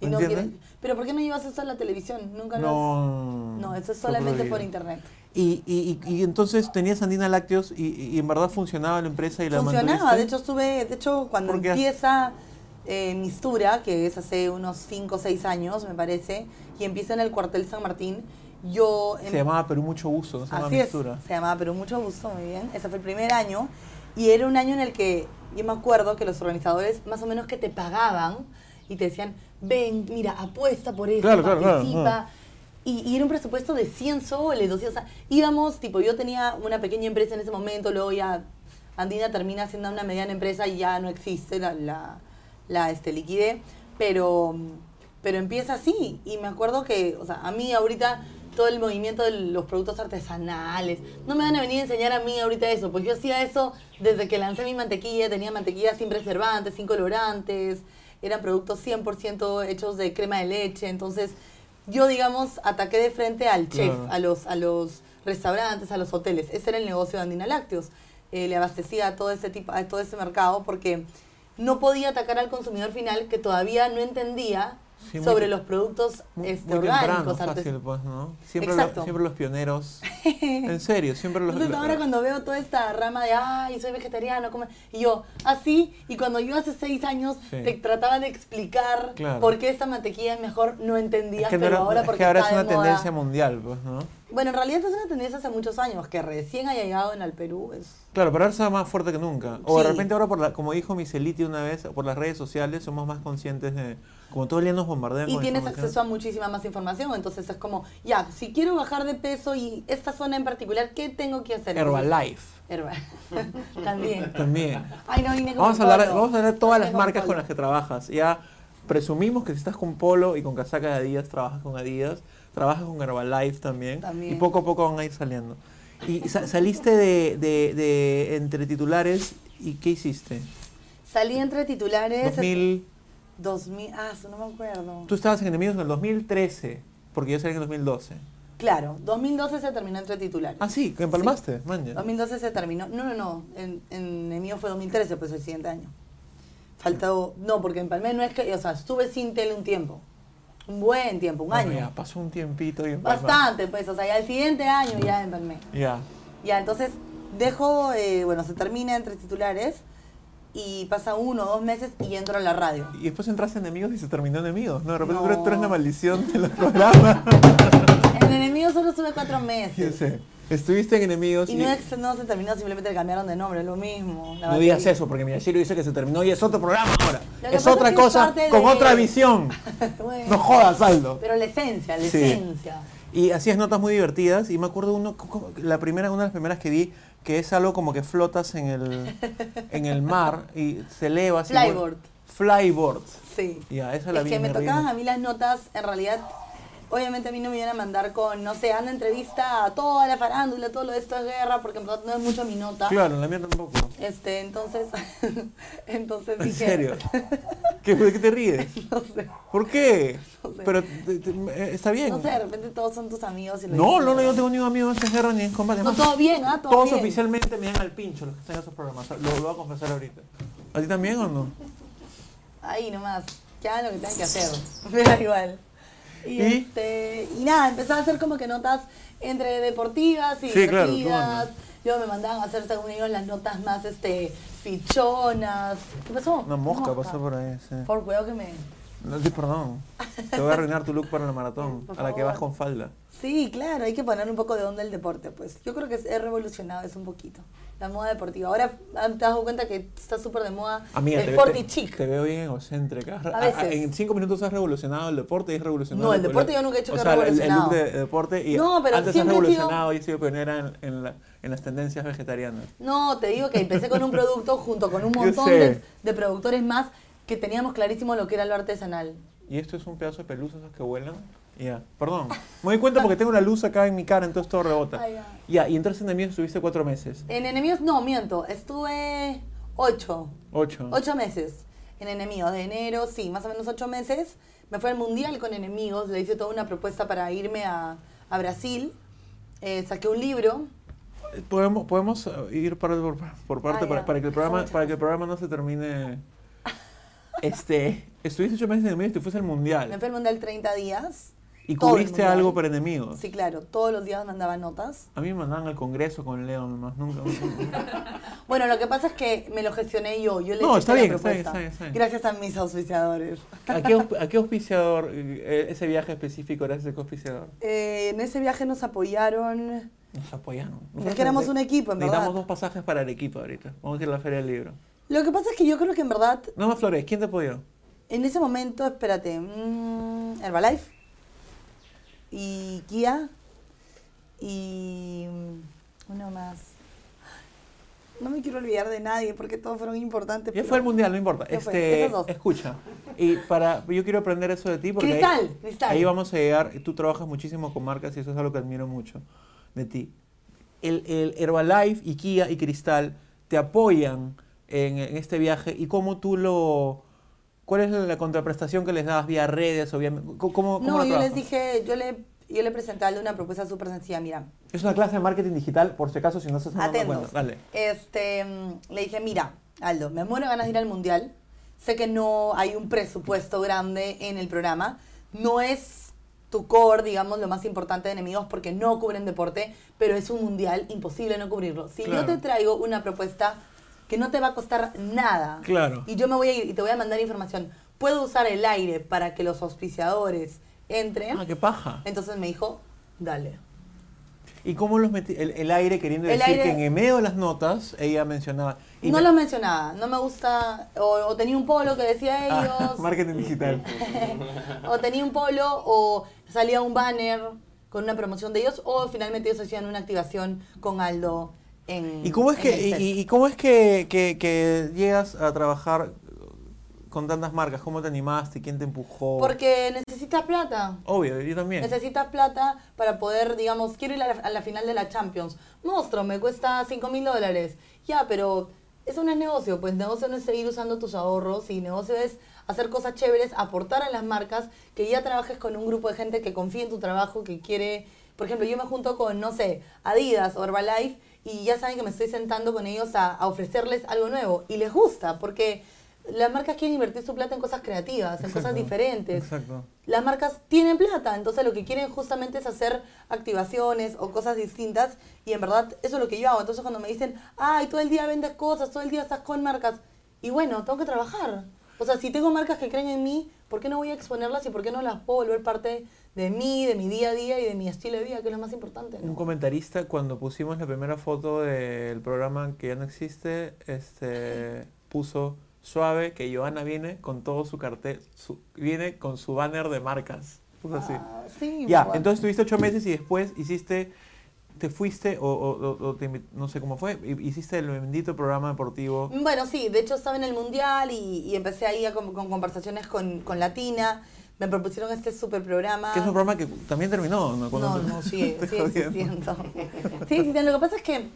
Speaker 2: Y
Speaker 1: ¿Me
Speaker 2: no
Speaker 1: entiendes?
Speaker 2: quieren- Pero ¿por qué no llevas eso a la televisión? Nunca lo has-
Speaker 1: No,
Speaker 2: No, eso es
Speaker 1: está
Speaker 2: solamente por
Speaker 1: prohibido.
Speaker 2: internet.
Speaker 1: Y, y, y, y entonces tenías Andina Lácteos y, y en verdad funcionaba la empresa y la
Speaker 2: Funcionaba,
Speaker 1: mantuviste.
Speaker 2: de hecho estuve, de hecho cuando
Speaker 1: ¿Por qué?
Speaker 2: empieza eh, Mistura, que es hace unos 5 o 6 años me parece, y empieza en el cuartel San Martín, yo... em-
Speaker 1: Se llamaba Perú Mucho Gusto, no se llamaba
Speaker 2: Así es,
Speaker 1: Mistura.
Speaker 2: se llamaba Pero Mucho Gusto, muy bien. Ese fue el primer año y era un año en el que yo me acuerdo que los organizadores más o menos que te pagaban y te decían, ven, mira, apuesta por esto,
Speaker 1: Claro, claro, claro,
Speaker 2: participa.
Speaker 1: claro.
Speaker 2: Y, y era un presupuesto de 100 soles, 200, o sea, íbamos, tipo, yo tenía una pequeña empresa en ese momento, luego ya Andina termina siendo una mediana empresa y ya no existe la, la, la, este, liquidez, pero, pero empieza así. Y me acuerdo que, o sea, a mí ahorita todo el movimiento de los productos artesanales, no me van a venir a enseñar a mí ahorita eso, pues yo hacía eso desde que lancé mi mantequilla, tenía mantequilla sin preservantes, sin colorantes, eran productos 100% hechos de crema de leche, entonces yo, digamos, ataqué de frente al chef,
Speaker 1: Claro.
Speaker 2: a los, a los restaurantes, a los hoteles. Ese era el negocio de Andina Lácteos. Eh, le abastecía a todo ese tipo, a todo ese mercado porque no podía atacar al consumidor final que todavía no entendía
Speaker 1: Sí, muy
Speaker 2: sobre
Speaker 1: te-
Speaker 2: los productos
Speaker 1: Muy,
Speaker 2: este,
Speaker 1: muy temprano,
Speaker 2: orgánicos, artes-
Speaker 1: fácil, pues, ¿no? Siempre, lo-
Speaker 2: Exacto.
Speaker 1: siempre los pioneros. En serio, siempre los...
Speaker 2: Entonces
Speaker 1: la-
Speaker 2: ahora cuando veo toda esta rama de, ay, soy vegetariano, como... y yo, así, y cuando yo hace seis años
Speaker 1: Sí.
Speaker 2: te trataba de explicar
Speaker 1: Claro.
Speaker 2: por qué esta mantequilla es mejor, no entendías,
Speaker 1: es que, no
Speaker 2: pero
Speaker 1: era-
Speaker 2: ahora
Speaker 1: es
Speaker 2: porque
Speaker 1: que ahora es
Speaker 2: está
Speaker 1: una
Speaker 2: de moda.
Speaker 1: tendencia mundial, pues, ¿no?
Speaker 2: Bueno, en realidad es una tendencia hace muchos años, que recién ha llegado en al Perú. Es...
Speaker 1: Claro, pero ahora está más fuerte que nunca. O de
Speaker 2: Sí.
Speaker 1: repente ahora, por la, como dijo Miseliti una vez, por las redes sociales somos más conscientes de... Como todo el día nos bombardean
Speaker 2: Y
Speaker 1: con
Speaker 2: tienes
Speaker 1: información.
Speaker 2: acceso a muchísima más información, entonces es como, ya, si quiero bajar de peso y esta zona en particular, ¿qué tengo que hacer?
Speaker 1: Herbalife
Speaker 2: Herbal. También.
Speaker 1: también.
Speaker 2: Ay, no, vine con
Speaker 1: Vamos a,
Speaker 2: mi
Speaker 1: hablar,
Speaker 2: polo.
Speaker 1: vamos a hablar de todas
Speaker 2: Vine
Speaker 1: las
Speaker 2: mi
Speaker 1: marcas con
Speaker 2: polo.
Speaker 1: las que trabajas. Ya presumimos que si estás con Polo y con casaca de Adidas, trabajas con Adidas, trabajas con Herbalife también,
Speaker 2: También.
Speaker 1: Y poco a poco van a ir saliendo. Y sa- saliste de, de- de entre titulares y ¿qué hiciste?
Speaker 2: Salí entre titulares.
Speaker 1: 2000,
Speaker 2: 2000, ah, eso no me acuerdo.
Speaker 1: tú estabas en Enemigos en el 2013, porque yo salí en el 2012.
Speaker 2: Claro, 2012 se terminó entre titulares.
Speaker 1: Ah, sí, que empalmaste, maña.
Speaker 2: 2012 se terminó. No, no, no. En, en el mío fue 2013, pues el siguiente año. Faltó. No, porque en Palme no es que. O sea, estuve sin tele un tiempo. Un buen tiempo, un
Speaker 1: Bueno,
Speaker 2: año.
Speaker 1: Ah, ya, pasó un tiempito y empalmaste.
Speaker 2: Bastante, pues. O sea, ya el siguiente año ya en Palme.
Speaker 1: Ya.
Speaker 2: Ya, entonces dejo. eh, bueno, se termina entre titulares. Y pasa uno o dos meses y entro a la radio.
Speaker 1: Y después entraste en Enemigos y se terminó Enemigos, ¿no? De repente
Speaker 2: No.
Speaker 1: tú eres- tú eres la maldición de los programas.
Speaker 2: En Enemigo solo estuve cuatro
Speaker 1: Yo
Speaker 2: meses.
Speaker 1: sé. Estuviste en Enemigos
Speaker 2: Y
Speaker 1: y...
Speaker 2: no, ex- no se terminó, simplemente le cambiaron de nombre, lo mismo. la
Speaker 1: No digas
Speaker 2: batería.
Speaker 1: eso, porque Miyashiro dice que se terminó y es otro programa ahora.
Speaker 2: Lo que
Speaker 1: Es
Speaker 2: pasa
Speaker 1: otra
Speaker 2: es que es
Speaker 1: cosa,
Speaker 2: parte
Speaker 1: con
Speaker 2: de-
Speaker 1: otra visión.
Speaker 2: Bueno,
Speaker 1: No jodas, Aldo.
Speaker 2: Pero la esencia, la
Speaker 1: Sí.
Speaker 2: esencia.
Speaker 1: Y hacías notas muy divertidas y me acuerdo uno, co- co- la primera, una de las primeras que vi, que es algo como que flotas en el, en el mar y se elevas. y vuel-
Speaker 2: Flyboard.
Speaker 1: Flyboard.
Speaker 2: Sí.
Speaker 1: Ya, esa la
Speaker 2: es
Speaker 1: vi.
Speaker 2: que me
Speaker 1: reí
Speaker 2: tocaban
Speaker 1: mucho.
Speaker 2: a mí las notas, en realidad, obviamente a mí no me iban a mandar con, no sé, anda entrevista a toda la farándula, todo lo de esto es guerra, porque en verdad no es mucho mi nota.
Speaker 1: Claro, en la mía tampoco.
Speaker 2: Este, entonces, entonces
Speaker 1: En
Speaker 2: dije,
Speaker 1: serio. ¿Qué, ¿De qué te ríes?
Speaker 2: no sé,
Speaker 1: ¿Por qué?
Speaker 2: No sé.
Speaker 1: Pero te- te- eh, está bien.
Speaker 2: no sé, de repente todos son tus amigos y lo
Speaker 1: No,
Speaker 2: dices,
Speaker 1: no, no, yo no tengo ningún amigo en ese guerra ni en combate.
Speaker 2: No,
Speaker 1: Además,
Speaker 2: todo bien, ¿ah? Todo
Speaker 1: Todos
Speaker 2: bien.
Speaker 1: oficialmente me dan al pincho los que están en esos programas. Lo, lo voy a confesar ahorita. ¿A ti también o no?
Speaker 2: Ahí nomás, que hagan lo que tengan que hacer. Me da igual. Y,
Speaker 1: ¿Y?
Speaker 2: Este, y nada, empezaba a hacer como que notas entre deportivas y
Speaker 1: Sí, claro, qué
Speaker 2: divertidas.
Speaker 1: bueno.
Speaker 2: Luego me mandaban a hacer según ellos las notas más este fichonas. ¿Qué pasó?
Speaker 1: Una mosca pasó por ahí. sí.
Speaker 2: Por cuidado que me.
Speaker 1: No te perdón. Te voy a arruinar tu look para la maratón,
Speaker 2: Por
Speaker 1: a la que vas
Speaker 2: favor.
Speaker 1: con falda.
Speaker 2: Sí, claro, hay que poner un poco de onda el deporte, pues. Yo creo que he revolucionado eso un poquito. La moda deportiva. Ahora ah, te has dado cuenta que está súper de moda
Speaker 1: Amiga,
Speaker 2: el
Speaker 1: te,
Speaker 2: sporty
Speaker 1: te-
Speaker 2: chic.
Speaker 1: te veo bien egocéntrica.
Speaker 2: A veces.
Speaker 1: en cinco minutos has revolucionado el deporte y has revolucionado
Speaker 2: No, el
Speaker 1: tu
Speaker 2: deporte
Speaker 1: look.
Speaker 2: yo nunca he dicho
Speaker 1: o
Speaker 2: que he
Speaker 1: sea, el-
Speaker 2: revolucionado.
Speaker 1: El, look de, de deporte y
Speaker 2: No, pero
Speaker 1: antes has
Speaker 2: siempre he sido-
Speaker 1: revolucionado y has sido pionera en, en la- en las tendencias vegetarianas.
Speaker 2: No, te digo que empecé con un producto junto con un
Speaker 1: Yo
Speaker 2: montón
Speaker 1: sé.
Speaker 2: de, de productores más que teníamos clarísimo lo que era lo artesanal.
Speaker 1: Y esto es un pedazo de pelusa esas que vuelan. Ya, perdón. Me doy cuenta porque tengo una luz acá en mi cara, entonces todo rebota.
Speaker 2: Ay,
Speaker 1: Ya,
Speaker 2: ay.
Speaker 1: y entonces en mí estuviste cuatro meses.
Speaker 2: En enemigos, no, miento, estuve ocho.
Speaker 1: Ocho.
Speaker 2: Ocho meses en Enemigos, de enero, sí, más o menos ocho meses. Me fue al Mundial con Enemigos, le hice toda una propuesta para irme a, a Brasil. Eh, saqué un libro.
Speaker 1: Eh, Podemos, podemos eh, ir par- por, por, parte
Speaker 2: Ah,
Speaker 1: para,
Speaker 2: ya.
Speaker 1: para que el programa,
Speaker 2: Muchas
Speaker 1: para que el programa no se termine. Este, estuviste ocho meses en el medio y te fuiste al
Speaker 2: Me
Speaker 1: mundial.
Speaker 2: fue al Mundial 30 días.
Speaker 1: Y
Speaker 2: todo el
Speaker 1: cubriste
Speaker 2: mundial.
Speaker 1: algo para enemigos.
Speaker 2: Sí, claro, todos los días mandaba notas.
Speaker 1: A mí me mandaban al congreso con Leo nomás, nunca. nunca-
Speaker 2: Bueno, lo que pasa es que me lo gestioné yo. Yo le
Speaker 1: No,
Speaker 2: hice
Speaker 1: está
Speaker 2: toda la
Speaker 1: bien, está bien,
Speaker 2: propuesta.
Speaker 1: está bien, está bien.
Speaker 2: Gracias a mis auspiciadores.
Speaker 1: ¿A qué, aus- a qué auspiciador, eh, ese viaje específico era ese auspiciador?
Speaker 2: Eh, en ese viaje nos apoyaron.
Speaker 1: Nos apoyaron.
Speaker 2: Es que éramos un equipo, en
Speaker 1: Necesitamos
Speaker 2: verdad.
Speaker 1: dos pasajes para Arequipa ahorita. Vamos a ir a la Feria del Libro.
Speaker 2: Lo que pasa es que yo creo que en verdad,
Speaker 1: No más flores, ¿quién te apoyó?
Speaker 2: en ese momento, espérate, mm, Herbalife y Kia y mm, uno más. No me quiero olvidar de nadie porque todos fueron importantes.
Speaker 1: Ya
Speaker 2: pero-
Speaker 1: fue el mundial, no importa.
Speaker 2: Ya fue,
Speaker 1: Este,
Speaker 2: esos dos.
Speaker 1: escucha. Y para, yo quiero aprender eso de ti porque ahí-
Speaker 2: Cristal, cristal.
Speaker 1: ahí vamos a llegar. Tú trabajas muchísimo con marcas y eso es algo que admiro mucho de ti. El, el Herbalife, IKEA y Cristal te apoyan en, en este viaje y cómo tú lo, ¿cuál es la contraprestación que les dabas vía redes? Obviamente? ¿Cómo, cómo lo
Speaker 2: No, yo les
Speaker 1: trabajas?
Speaker 2: dije, yo le, yo le presenté a Aldo una propuesta súper sencilla. Mira,
Speaker 1: Es una clase de marketing digital, por si acaso, si no se están dando cuenta.
Speaker 2: Atentos.
Speaker 1: Dale.
Speaker 2: Este, mm, le dije, mira, Aldo, me muero de ganas de ir al mundial. Sé que no hay un presupuesto grande en el programa. No es tu core, digamos, lo más importante de enemigos porque no cubren deporte, pero es un mundial imposible no cubrirlo. Si
Speaker 1: Claro.
Speaker 2: yo te traigo una propuesta que no te va a costar nada
Speaker 1: Claro.
Speaker 2: y yo me voy a ir y te voy a mandar información, puedo usar el aire para que los auspiciadores entren.
Speaker 1: Ah, qué paja.
Speaker 2: Entonces me dijo, dale.
Speaker 1: ¿Y cómo los metí? El, el aire queriendo
Speaker 2: El
Speaker 1: decir
Speaker 2: aire-
Speaker 1: que en el medio de las notas ella mencionaba. y
Speaker 2: no
Speaker 1: me-
Speaker 2: los mencionaba, no me gusta, o, o tenía un polo que decía
Speaker 1: Ah,
Speaker 2: ellos,
Speaker 1: marketing digital.
Speaker 2: o tenía un polo, o salía un banner con una promoción de ellos, o finalmente ellos hacían una activación con Aldo en...
Speaker 1: ¿Y cómo es
Speaker 2: en
Speaker 1: que,
Speaker 2: el
Speaker 1: y,
Speaker 2: set.
Speaker 1: y- y cómo es que, que- que llegas a trabajar con tantas marcas? ¿Cómo te animaste? ¿Quién te empujó?
Speaker 2: Porque necesitas plata.
Speaker 1: Obvio, yo también.
Speaker 2: Necesitas plata para poder, digamos, quiero ir a la, a la final de la Champions. Monstruo, me cuesta 5 mil dólares. Ya, pero eso no es negocio. Pues negocio no es seguir usando tus ahorros y negocio es hacer cosas chéveres, aportar a las marcas, que ya trabajes con un grupo de gente que confía en tu trabajo, que quiere... Por ejemplo, yo me junto con, no sé, Adidas o Herbalife y ya saben que me estoy sentando con ellos a, a ofrecerles algo nuevo. Y les gusta, porque las marcas quieren invertir su plata en cosas creativas, en cosas
Speaker 1: Exacto,
Speaker 2: diferentes
Speaker 1: Exacto.
Speaker 2: las marcas tienen plata, entonces lo que quieren justamente es hacer activaciones o cosas distintas y en verdad eso es lo que yo hago. Entonces cuando me dicen, ay, todo el día vendes cosas, todo el día estás con marcas, y bueno, tengo que trabajar. O sea, si tengo marcas que creen en mí, ¿por qué no voy a exponerlas y por qué no las puedo volver parte de mí, de mi día a día y de mi estilo de vida, que es lo más importante? ¿no?
Speaker 1: Un comentarista, cuando pusimos la primera foto del programa que ya no existe, este, puso suave que Joana viene con todo su cartel, su- viene con su banner de marcas. Puso así.
Speaker 2: Ah, sí,
Speaker 1: Ya,
Speaker 2: bueno.
Speaker 1: entonces tuviste ocho meses y después hiciste, te fuiste o, o- o- o te invi- no sé cómo fue, hi- hiciste el bendito programa deportivo.
Speaker 2: Bueno, sí, de hecho estaba en el Mundial y, y empecé ahí a con, con conversaciones con, con Latina. Me propusieron este super programa.
Speaker 1: Que es un programa que también terminó, ¿no? Cuando
Speaker 2: No,
Speaker 1: te-
Speaker 2: no, sigue,
Speaker 1: te
Speaker 2: sigue
Speaker 1: jodieron.
Speaker 2: existiendo. Sigue existiendo. Lo que pasa es que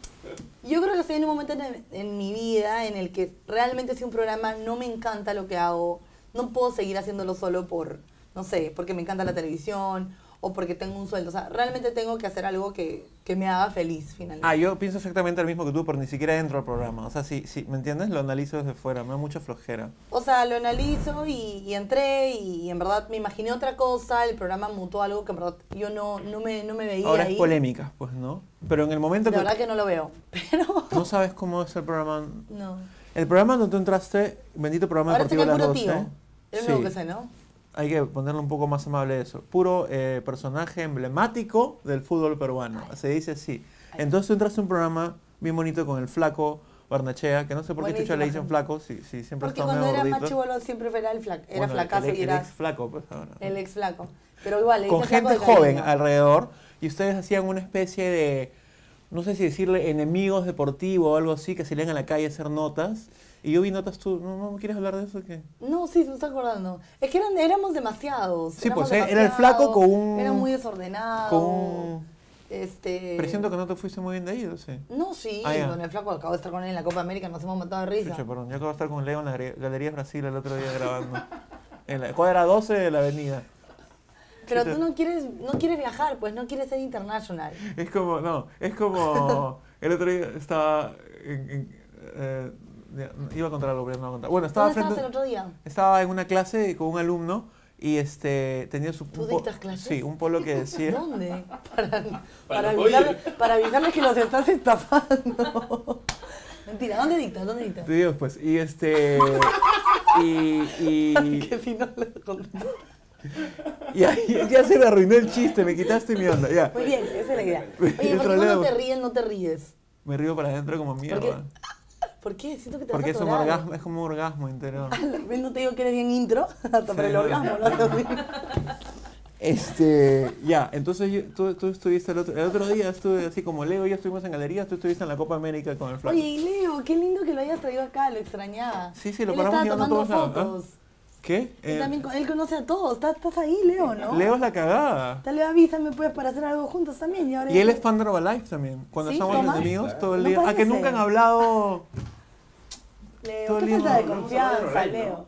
Speaker 2: yo creo que estoy en un momento en, en mi vida en el que realmente si un programa no me encanta lo que hago, no puedo seguir haciéndolo solo por, no sé, porque me encanta la televisión o porque tengo un sueldo. O sea, realmente tengo que hacer algo que, que me haga feliz finalmente.
Speaker 1: Ah, yo pienso exactamente lo mismo que tú, pero ni siquiera entro al programa. O sea, sí, sí, ¿me entiendes? Lo analizo desde fuera, me da mucha flojera.
Speaker 2: O sea, lo analizo y, y entré y, en verdad me imaginé otra cosa, el programa mutó a algo que en verdad yo no, no, me, no me veía
Speaker 1: Ahora
Speaker 2: ahí.
Speaker 1: es polémica, pues, ¿no? Pero en el momento
Speaker 2: La
Speaker 1: que
Speaker 2: verdad que no lo veo, pero
Speaker 1: no sabes cómo es el programa...
Speaker 2: no.
Speaker 1: El programa donde tú entraste, bendito programa
Speaker 2: Ahora
Speaker 1: deportivo
Speaker 2: sería
Speaker 1: de
Speaker 2: puro
Speaker 1: las
Speaker 2: tío.
Speaker 1: 12.
Speaker 2: Es lo
Speaker 1: Sí.
Speaker 2: que sé, ¿no?
Speaker 1: Hay que ponerle un poco más amable eso. Puro eh, personaje emblemático del fútbol peruano. Se dice así. Entonces tú entras a un programa bien bonito con el flaco Barnachea, que no sé por qué chucha
Speaker 2: Buenísima
Speaker 1: le dicen
Speaker 2: gente.
Speaker 1: flaco, si, si siempre
Speaker 2: Porque
Speaker 1: está
Speaker 2: cuando
Speaker 1: medio
Speaker 2: era más
Speaker 1: gordito.
Speaker 2: chivolo siempre era el flaco, era
Speaker 1: Bueno,
Speaker 2: flacazo
Speaker 1: el,
Speaker 2: y
Speaker 1: el
Speaker 2: era
Speaker 1: ex flaco, pues ahora.
Speaker 2: el ex flaco. Pero igual, le
Speaker 1: con
Speaker 2: dicen flaco
Speaker 1: gente
Speaker 2: de
Speaker 1: joven
Speaker 2: cariño.
Speaker 1: alrededor y ustedes hacían una especie de, no sé si decirle enemigos deportivos o algo así, que salían a la calle a hacer notas. Y yo vi notas tú, ¿no, no quieres hablar de eso? ¿Qué?
Speaker 2: No, sí, se me está acordando. Es que eran, éramos demasiados.
Speaker 1: Sí,
Speaker 2: éramos
Speaker 1: pues, era el flaco con un-
Speaker 2: Era muy desordenado.
Speaker 1: con un-
Speaker 2: Este...
Speaker 1: Presiento que no te fuiste muy bien de ahí, no sé.
Speaker 2: No, sí,
Speaker 1: Ah, ya.
Speaker 2: con el flaco acabo de estar con él en la Copa América, nos hemos matado de risa.
Speaker 1: Chucha, perdón, yo acabo de estar con Leo en la Galería- Galerías Brasil el otro día grabando. en la cuadra 12 de la avenida.
Speaker 2: Pero
Speaker 1: chucha.
Speaker 2: tú no quieres, no quieres viajar, pues no quieres ser internacional.
Speaker 1: Es como, no, es como, el otro día estaba, en- en- eh, ya, iba a contar algo, pero ya no voy a contar. Bueno, estaba
Speaker 2: ¿Dónde estabas
Speaker 1: frente,
Speaker 2: el otro día?
Speaker 1: Estaba en una clase con un alumno y este tenía su
Speaker 2: ¿Tú
Speaker 1: un po-
Speaker 2: dictas clases?
Speaker 1: Sí, ¿eh? un polo que decía.
Speaker 2: ¿Dónde? Para, para,
Speaker 4: Para
Speaker 2: avisarle, para avisarle que los estás estafando. Mentira, ¿dónde dictas? ¿Dónde dictas?
Speaker 1: Te digo, pues, y este y, y,
Speaker 2: Que si no lo conté.
Speaker 1: y ahí ya se me arruinó el chiste, me quitaste mi onda, ya.
Speaker 2: Muy bien, esa es la idea.
Speaker 1: Y
Speaker 2: Oye,
Speaker 1: el
Speaker 2: ¿por qué cuando
Speaker 1: troleo.
Speaker 2: te ríes no te ríes?
Speaker 1: Me río para adentro como mierda.
Speaker 2: ¿Por qué? Siento que te
Speaker 1: Porque es
Speaker 2: vas a
Speaker 1: un
Speaker 2: atorar.
Speaker 1: orgasmo, es como un orgasmo interior.
Speaker 2: ¿Ves? No te digo que eres bien intro, hasta para
Speaker 1: Sí,
Speaker 2: el
Speaker 1: no.
Speaker 2: orgasmo. ¿no? Así.
Speaker 1: Este, ya, entonces yo- tú, tú estuviste el otro, el otro día, estuve así como Leo y yo estuvimos en galerías, tú estuviste en la Copa América con el flaco.
Speaker 2: Oye, y Leo, qué lindo que lo hayas traído acá, lo extrañaba.
Speaker 1: Sí, sí, lo
Speaker 2: Él
Speaker 1: paramos
Speaker 2: estaba
Speaker 1: mirando
Speaker 2: tomando
Speaker 1: todos lados, ¿ah?
Speaker 2: fotos.
Speaker 1: ¿Qué?
Speaker 2: Él
Speaker 1: Eh,
Speaker 2: también, con- él conoce a todos, estás, estás ahí, Leo, ¿no?
Speaker 1: Leo es la cagada.
Speaker 2: Tal vez avísame, pues, para hacer algo juntos también. Y, ahora
Speaker 1: Y él es fan de Herbalife también. Cuando
Speaker 2: Sí,
Speaker 1: somos
Speaker 2: Tomás.
Speaker 1: enemigos todo el
Speaker 2: No
Speaker 1: día. Ah, que
Speaker 2: parece.
Speaker 1: nunca han hablado.
Speaker 2: Leo,
Speaker 1: todo
Speaker 2: qué
Speaker 1: lindo.
Speaker 2: falta
Speaker 1: No,
Speaker 2: de
Speaker 1: no,
Speaker 4: no,
Speaker 2: confianza,
Speaker 4: no, no.
Speaker 2: Leo.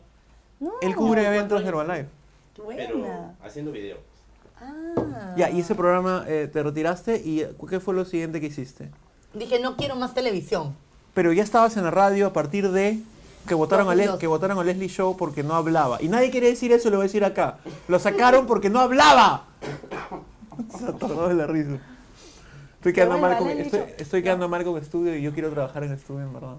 Speaker 2: No,
Speaker 1: Él cubre eventos de Herbalife.
Speaker 2: Qué
Speaker 4: Pero
Speaker 2: buena.
Speaker 4: haciendo videos.
Speaker 2: Ah.
Speaker 1: Ya, y ese programa eh, te retiraste y ¿qué fue lo siguiente que hiciste?
Speaker 2: Dije, no quiero más televisión.
Speaker 1: Pero ya estabas en la radio a partir de que votaron, a, Les-
Speaker 2: 2002.
Speaker 1: que votaron a Leslie Show porque no hablaba. Y nadie quiere decir eso, lo voy a decir acá. Lo sacaron porque no hablaba. Se atoró de la risa. Estoy quedando,
Speaker 2: buena,
Speaker 1: mal con,
Speaker 2: Leslie
Speaker 1: estoy,
Speaker 2: Show.
Speaker 1: estoy quedando mal con estudio y yo quiero trabajar en estudio, en verdad.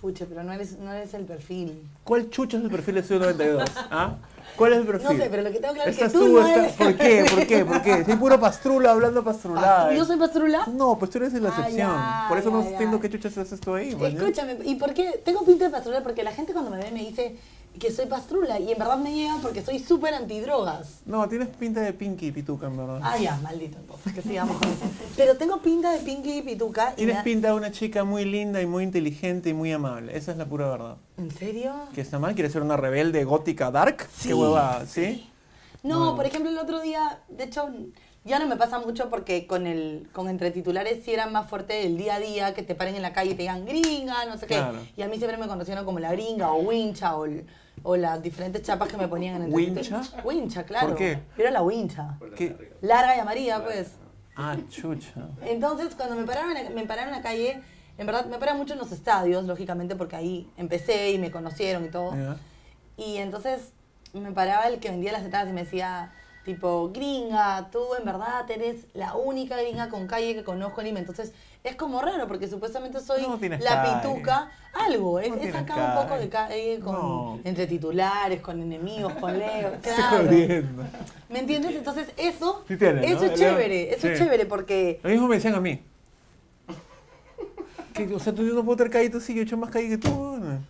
Speaker 2: Pucha, pero no eres, no eres el perfil.
Speaker 1: ¿Cuál chucha es el perfil de Estudio 92? ¿Ah? ¿Cuál es el
Speaker 2: No
Speaker 1: perfil?
Speaker 2: sé, pero lo que tengo claro es
Speaker 1: Estás
Speaker 2: que tú,
Speaker 1: tú,
Speaker 2: no
Speaker 1: estás-
Speaker 2: eres...
Speaker 1: ¿Por qué? ¿Por qué? ¿Por qué? Soy puro pastrula hablando pastrulada.
Speaker 2: ¿Yo soy pastrula?
Speaker 1: No, pues tú eres la
Speaker 2: Ah,
Speaker 1: excepción.
Speaker 2: ya,
Speaker 1: Por eso
Speaker 2: ya,
Speaker 1: no
Speaker 2: ya.
Speaker 1: entiendo qué chuchas haces tú ahí. maña.
Speaker 2: Escúchame, ¿y por qué? Tengo pinta de pastrula porque la gente cuando me ve me dice que soy pastrula y en verdad me llega porque soy súper antidrogas.
Speaker 1: No, tienes pinta de Pinky Pituca, en verdad.
Speaker 2: Ah, ya, maldito entonces, que sigamos con eso. Pero tengo pinta de Pinky y Pituca. Y
Speaker 1: Tienes
Speaker 2: na-
Speaker 1: pinta de una chica muy linda y muy inteligente y muy amable. Esa es la pura verdad.
Speaker 2: ¿En serio?
Speaker 1: ¿Qué está mal? ¿Quieres ser una rebelde gótica dark?
Speaker 2: Sí,
Speaker 1: ¿Qué hueva? ¿Sí?
Speaker 2: No, por ejemplo, el otro día, de hecho, ya no me pasa mucho porque con el con entre titulares sí era más fuerte el día a día, que te paren en la calle y te digan gringa, no sé qué.
Speaker 1: Claro.
Speaker 2: Y a mí siempre me conocieron como la gringa o wincha o, el- o las diferentes chapas que me ponían en el
Speaker 1: ¿Wincha?
Speaker 2: Wincha, claro.
Speaker 1: ¿Por qué?
Speaker 2: Yo era la wincha.
Speaker 4: Por la
Speaker 1: ¿Qué?
Speaker 4: carrera.
Speaker 2: Larga y amarilla, pues.
Speaker 1: Ah, chucha.
Speaker 2: Entonces, cuando me pararon, en la- me pararon en la calle, en verdad me paran mucho en los estadios, lógicamente, porque ahí empecé y me conocieron y todo.
Speaker 1: Ya.
Speaker 2: Y entonces me paraba el que vendía las entradas y me decía, tipo, gringa, tú en verdad eres la única gringa con calle que conozco en Lima. Entonces es como raro porque supuestamente soy
Speaker 1: No tienes
Speaker 2: la
Speaker 1: calle.
Speaker 2: pituca, algo. he-
Speaker 1: No
Speaker 2: he
Speaker 1: tienes
Speaker 2: sacado un poco de calle con,
Speaker 1: No.
Speaker 2: entre titulares, con enemigos, con Leo.
Speaker 1: Estoy
Speaker 2: Claro.
Speaker 1: jodiendo.
Speaker 2: ¿Me entiendes? Entonces eso,
Speaker 1: Sí tiene, ¿no?
Speaker 2: eso es
Speaker 1: El-
Speaker 2: chévere, eso es
Speaker 1: sí.
Speaker 2: chévere porque...
Speaker 1: Lo mismo me decían a mí. Que, o sea, tú yo no puedo estar caído si yo he hecho más calle que tú. weón.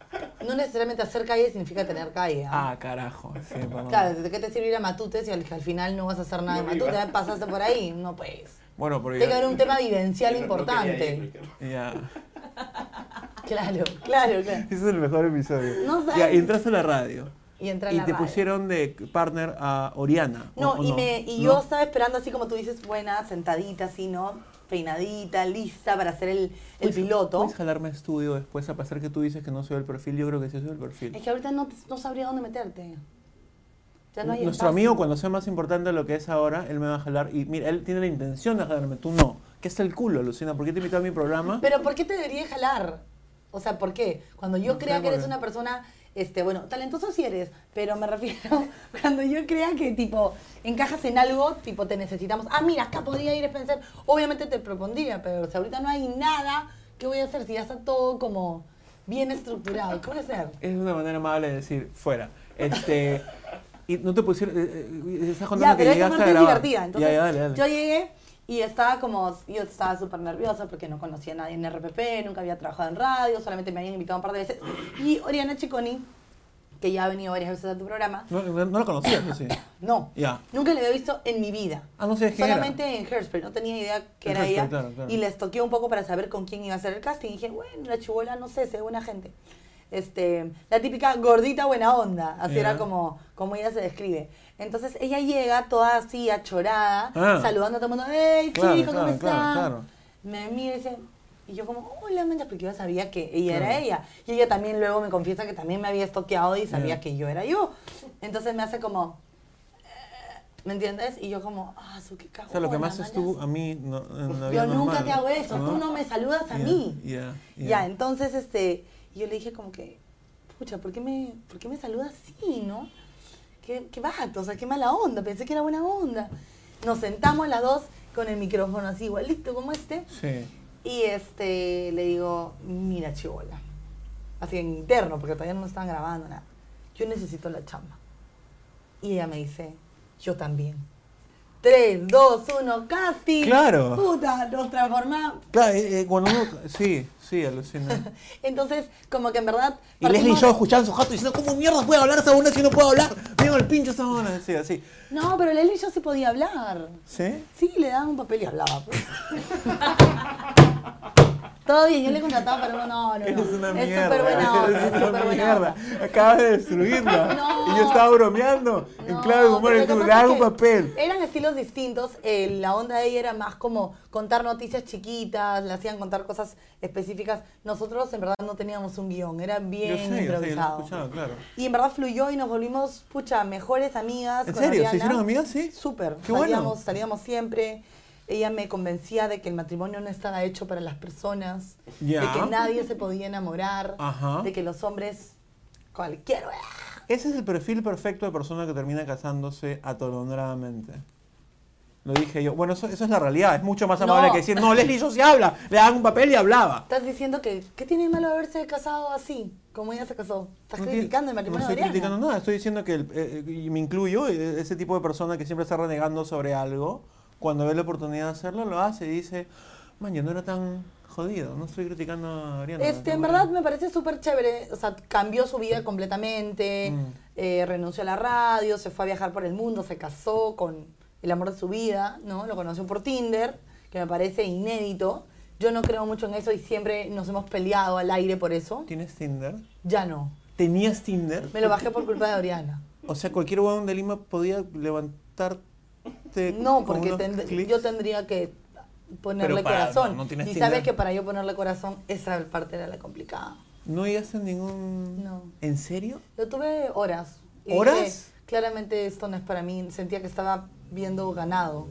Speaker 2: No necesariamente hacer calle significa tener calle. ¿ah?
Speaker 1: Ah, carajo. Sí, perdón.
Speaker 2: Claro, ¿de qué te sirve ir a Matute si al, al final no vas a hacer nada de
Speaker 4: No
Speaker 2: Matute?
Speaker 4: iba.
Speaker 2: Pasaste por ahí, no pues.
Speaker 1: Bueno, pero
Speaker 2: Tiene que haber
Speaker 1: ya,
Speaker 2: un tema vivencial
Speaker 4: No- no quería ir,
Speaker 2: importante.
Speaker 4: Ricardo.
Speaker 1: ya.
Speaker 2: claro, claro, claro.
Speaker 1: Ese es el mejor episodio.
Speaker 2: No sabes.
Speaker 1: ya, y entraste a la radio.
Speaker 2: Y entra
Speaker 1: y
Speaker 2: la
Speaker 1: te
Speaker 2: radio.
Speaker 1: pusieron de partner a Oriana. ¿o-
Speaker 2: No,
Speaker 1: o
Speaker 2: y, me, y
Speaker 1: ¿No?
Speaker 2: yo estaba esperando así como tú dices, buena, sentadita, así, ¿no? Peinadita, lista para hacer el, el
Speaker 1: ¿Puedes-
Speaker 2: piloto.
Speaker 1: ¿Puedes jalarme a estudio después a pesar que tú dices que no soy el perfil? Yo creo que sí soy el
Speaker 2: Es
Speaker 1: perfil.
Speaker 2: que ahorita no, no sabría dónde meterte. Ya no hay
Speaker 1: Nuestro
Speaker 2: espacio.
Speaker 1: amigo, cuando sea más importante de lo que es ahora, él me va a jalar. Y mira, él tiene la intención de jalarme, tú no. ¿Qué está el culo, Lucina? ¿Por qué te invitó a mi programa?
Speaker 2: Pero ¿por qué te debería jalar? O sea, ¿por qué? Cuando yo
Speaker 1: No
Speaker 2: crea
Speaker 1: sé,
Speaker 2: que
Speaker 1: ¿por
Speaker 2: eres
Speaker 1: qué?
Speaker 2: una persona, este, bueno, talentoso sí eres, pero me refiero cuando yo crea que tipo encajas en algo, tipo te necesitamos. Ah, mira, acá podría ir a pensar. Obviamente te propondría, pero o sea, ahorita no hay nada. ¿Qué voy a hacer si ya está todo como bien estructurado? ¿Qué voy a hacer?
Speaker 1: Es una manera amable de decir, fuera. Este, Y no te pusieron. eh, eh, estás contando
Speaker 2: Ya,
Speaker 1: que
Speaker 2: pero esa
Speaker 1: llegaste a
Speaker 2: parte es
Speaker 1: grabar.
Speaker 2: divertida. Entonces,
Speaker 1: ya, ya, dale, dale.
Speaker 2: yo llegué y estaba como, yo estaba súper nerviosa porque no conocía a nadie en RPP, nunca había trabajado en radio, solamente me habían invitado un par de veces. Y Oriana Chiconi, que ya ha venido varias veces a tu programa,
Speaker 1: No, no, no la conocías, eso sí.
Speaker 2: no,
Speaker 1: Ya.
Speaker 2: nunca la había visto en mi vida.
Speaker 1: Ah, no sé quién era.
Speaker 2: Solamente en Hairspray, no tenía idea que
Speaker 1: En
Speaker 2: era
Speaker 1: Hairspray,
Speaker 2: ella.
Speaker 1: claro, claro.
Speaker 2: Y les toqué un poco para saber con quién iba a hacer el casting. Y dije, bueno, la chibola, no sé, se ve buena gente. Este, la típica gordita buena onda, así
Speaker 1: Ya.
Speaker 2: era como, como ella se describe. Entonces ella llega toda así, achorada,
Speaker 1: Ah.
Speaker 2: saludando a todo el mundo, ¡Hey,
Speaker 1: Claro,
Speaker 2: chico,
Speaker 1: claro,
Speaker 2: cómo estás!
Speaker 1: claro, claro.
Speaker 2: Me mira y dice, y yo como, hola, mancha, porque yo sabía que ella era
Speaker 1: Claro.
Speaker 2: ella. Y ella también luego me confiesa que también me había estoqueado y sabía
Speaker 1: Ya.
Speaker 2: que yo era yo. Entonces me hace como, ¿Me entiendes? Y yo como, ah, su qué cagón.
Speaker 1: O sea, lo que más
Speaker 2: la
Speaker 1: es tú,
Speaker 2: malas".
Speaker 1: a mí, no, en la vida
Speaker 2: Yo nunca
Speaker 1: normal,
Speaker 2: te hago eso, tú no me saludas a
Speaker 1: Ya,
Speaker 2: mí.
Speaker 1: Ya, ya.
Speaker 2: Ya, entonces, este, yo le dije como que, pucha, ¿por qué me, por qué me saludas así, no? Qué, qué vato, o sea, qué mala onda, pensé que era buena onda. Nos sentamos las dos con el micrófono así igualito como este.
Speaker 1: Sí.
Speaker 2: Y este, le digo, mira, chivola. Así en interno, porque todavía no están grabando nada. Yo necesito la chamba. Y ella me dice, yo también. 3, 2, 1, casting.
Speaker 1: Claro.
Speaker 2: Puta, nos transformamos.
Speaker 1: Claro, eh, eh, cuando uno. Sí, sí, alucina.
Speaker 2: Entonces, como que en verdad.
Speaker 1: Y Leslie y
Speaker 2: partimos-
Speaker 1: yo escuchaban su jato diciendo, ¿cómo mierda puede hablar esa onda si no puedo hablar? Vengo al pincho esa onda. Sí, así.
Speaker 2: No, pero Leslie yo sí podía hablar.
Speaker 1: ¿Sí?
Speaker 2: Sí, le daban un papel y hablaba. pues. Todo bien, yo le contrataba, pero no, no, no.
Speaker 1: Eres una mierda.
Speaker 2: Es súper buena onda,
Speaker 1: eres
Speaker 2: es
Speaker 1: una
Speaker 2: súper buena
Speaker 1: mierda.
Speaker 2: onda.
Speaker 1: Acabas de destruirla.
Speaker 2: No.
Speaker 1: Y yo estaba bromeando. en
Speaker 2: No,
Speaker 1: clave de humor,
Speaker 2: pero
Speaker 1: y
Speaker 2: lo
Speaker 1: tú,
Speaker 2: que
Speaker 1: le
Speaker 2: pasa
Speaker 1: hago
Speaker 2: es
Speaker 1: un
Speaker 2: que
Speaker 1: papel.
Speaker 2: Eran estilos distintos. eh, la onda de ella era más como contar noticias chiquitas, le hacían contar cosas específicas. Nosotros en verdad no teníamos un guión, era
Speaker 1: yo
Speaker 2: bien
Speaker 1: sé, yo sé, yo lo
Speaker 2: improvisado.
Speaker 1: escuchaba, claro.
Speaker 2: y en verdad fluyó y nos volvimos, pucha, mejores amigas.
Speaker 1: ¿En
Speaker 2: con
Speaker 1: serio? ¿Se
Speaker 2: Ariana.
Speaker 1: hicieron amigas? Sí.
Speaker 2: Súper.
Speaker 1: Qué bueno.
Speaker 2: Salíamos, salíamos siempre. Ella me convencía de que el matrimonio no estaba hecho para las personas,
Speaker 1: Ya.
Speaker 2: de que nadie se podía enamorar,
Speaker 1: Ajá.
Speaker 2: de que los hombres, cualquier...
Speaker 1: Ese es el perfil perfecto de persona que termina casándose atolondradamente. Lo dije yo. Bueno, eso, eso es la realidad. Es mucho más amable
Speaker 2: No.
Speaker 1: que decir, no, Leslie, yo sí habla. Le daban un papel y hablaba.
Speaker 2: Estás diciendo que, ¿qué tiene de malo haberse casado así? Como ella se casó. Estás
Speaker 1: No tiene-
Speaker 2: criticando el matrimonio
Speaker 1: No estoy
Speaker 2: de Ariana.
Speaker 1: criticando nada. Estoy diciendo que, el- eh, eh, y me incluyo, eh, ese tipo de persona que siempre está renegando sobre algo, cuando ve la oportunidad de hacerlo, lo hace y dice, man, yo no era tan jodido. No estoy criticando a Ariana.
Speaker 2: Este, en verdad me parece súper chévere. O sea, cambió su vida completamente.
Speaker 1: Mm.
Speaker 2: eh, renunció a la radio, se fue a viajar por el mundo, se casó con el amor de su vida, ¿no? Lo conoció por Tinder, que me parece inédito. Yo no creo mucho en eso y siempre nos hemos peleado al aire por eso.
Speaker 1: ¿Tienes Tinder?
Speaker 2: Ya no.
Speaker 1: ¿Tenías Tinder?
Speaker 2: Me lo bajé por culpa de Oriana.
Speaker 1: O sea, cualquier huevón de Lima podía levantarte
Speaker 2: No,
Speaker 1: con
Speaker 2: porque
Speaker 1: unos
Speaker 2: tend-
Speaker 1: clics.
Speaker 2: yo tendría que ponerle
Speaker 1: Pero para-
Speaker 2: corazón.
Speaker 1: no, no tienes
Speaker 2: y sabes
Speaker 1: Tinder.
Speaker 2: que para yo ponerle corazón, esa parte era la complicada.
Speaker 1: ¿No llegaste a ningún...?
Speaker 2: No.
Speaker 1: ¿En serio?
Speaker 2: Lo tuve horas. y
Speaker 1: ¿Horas?
Speaker 2: dije, claramente esto no es para mí. Sentía que estaba viendo ganado.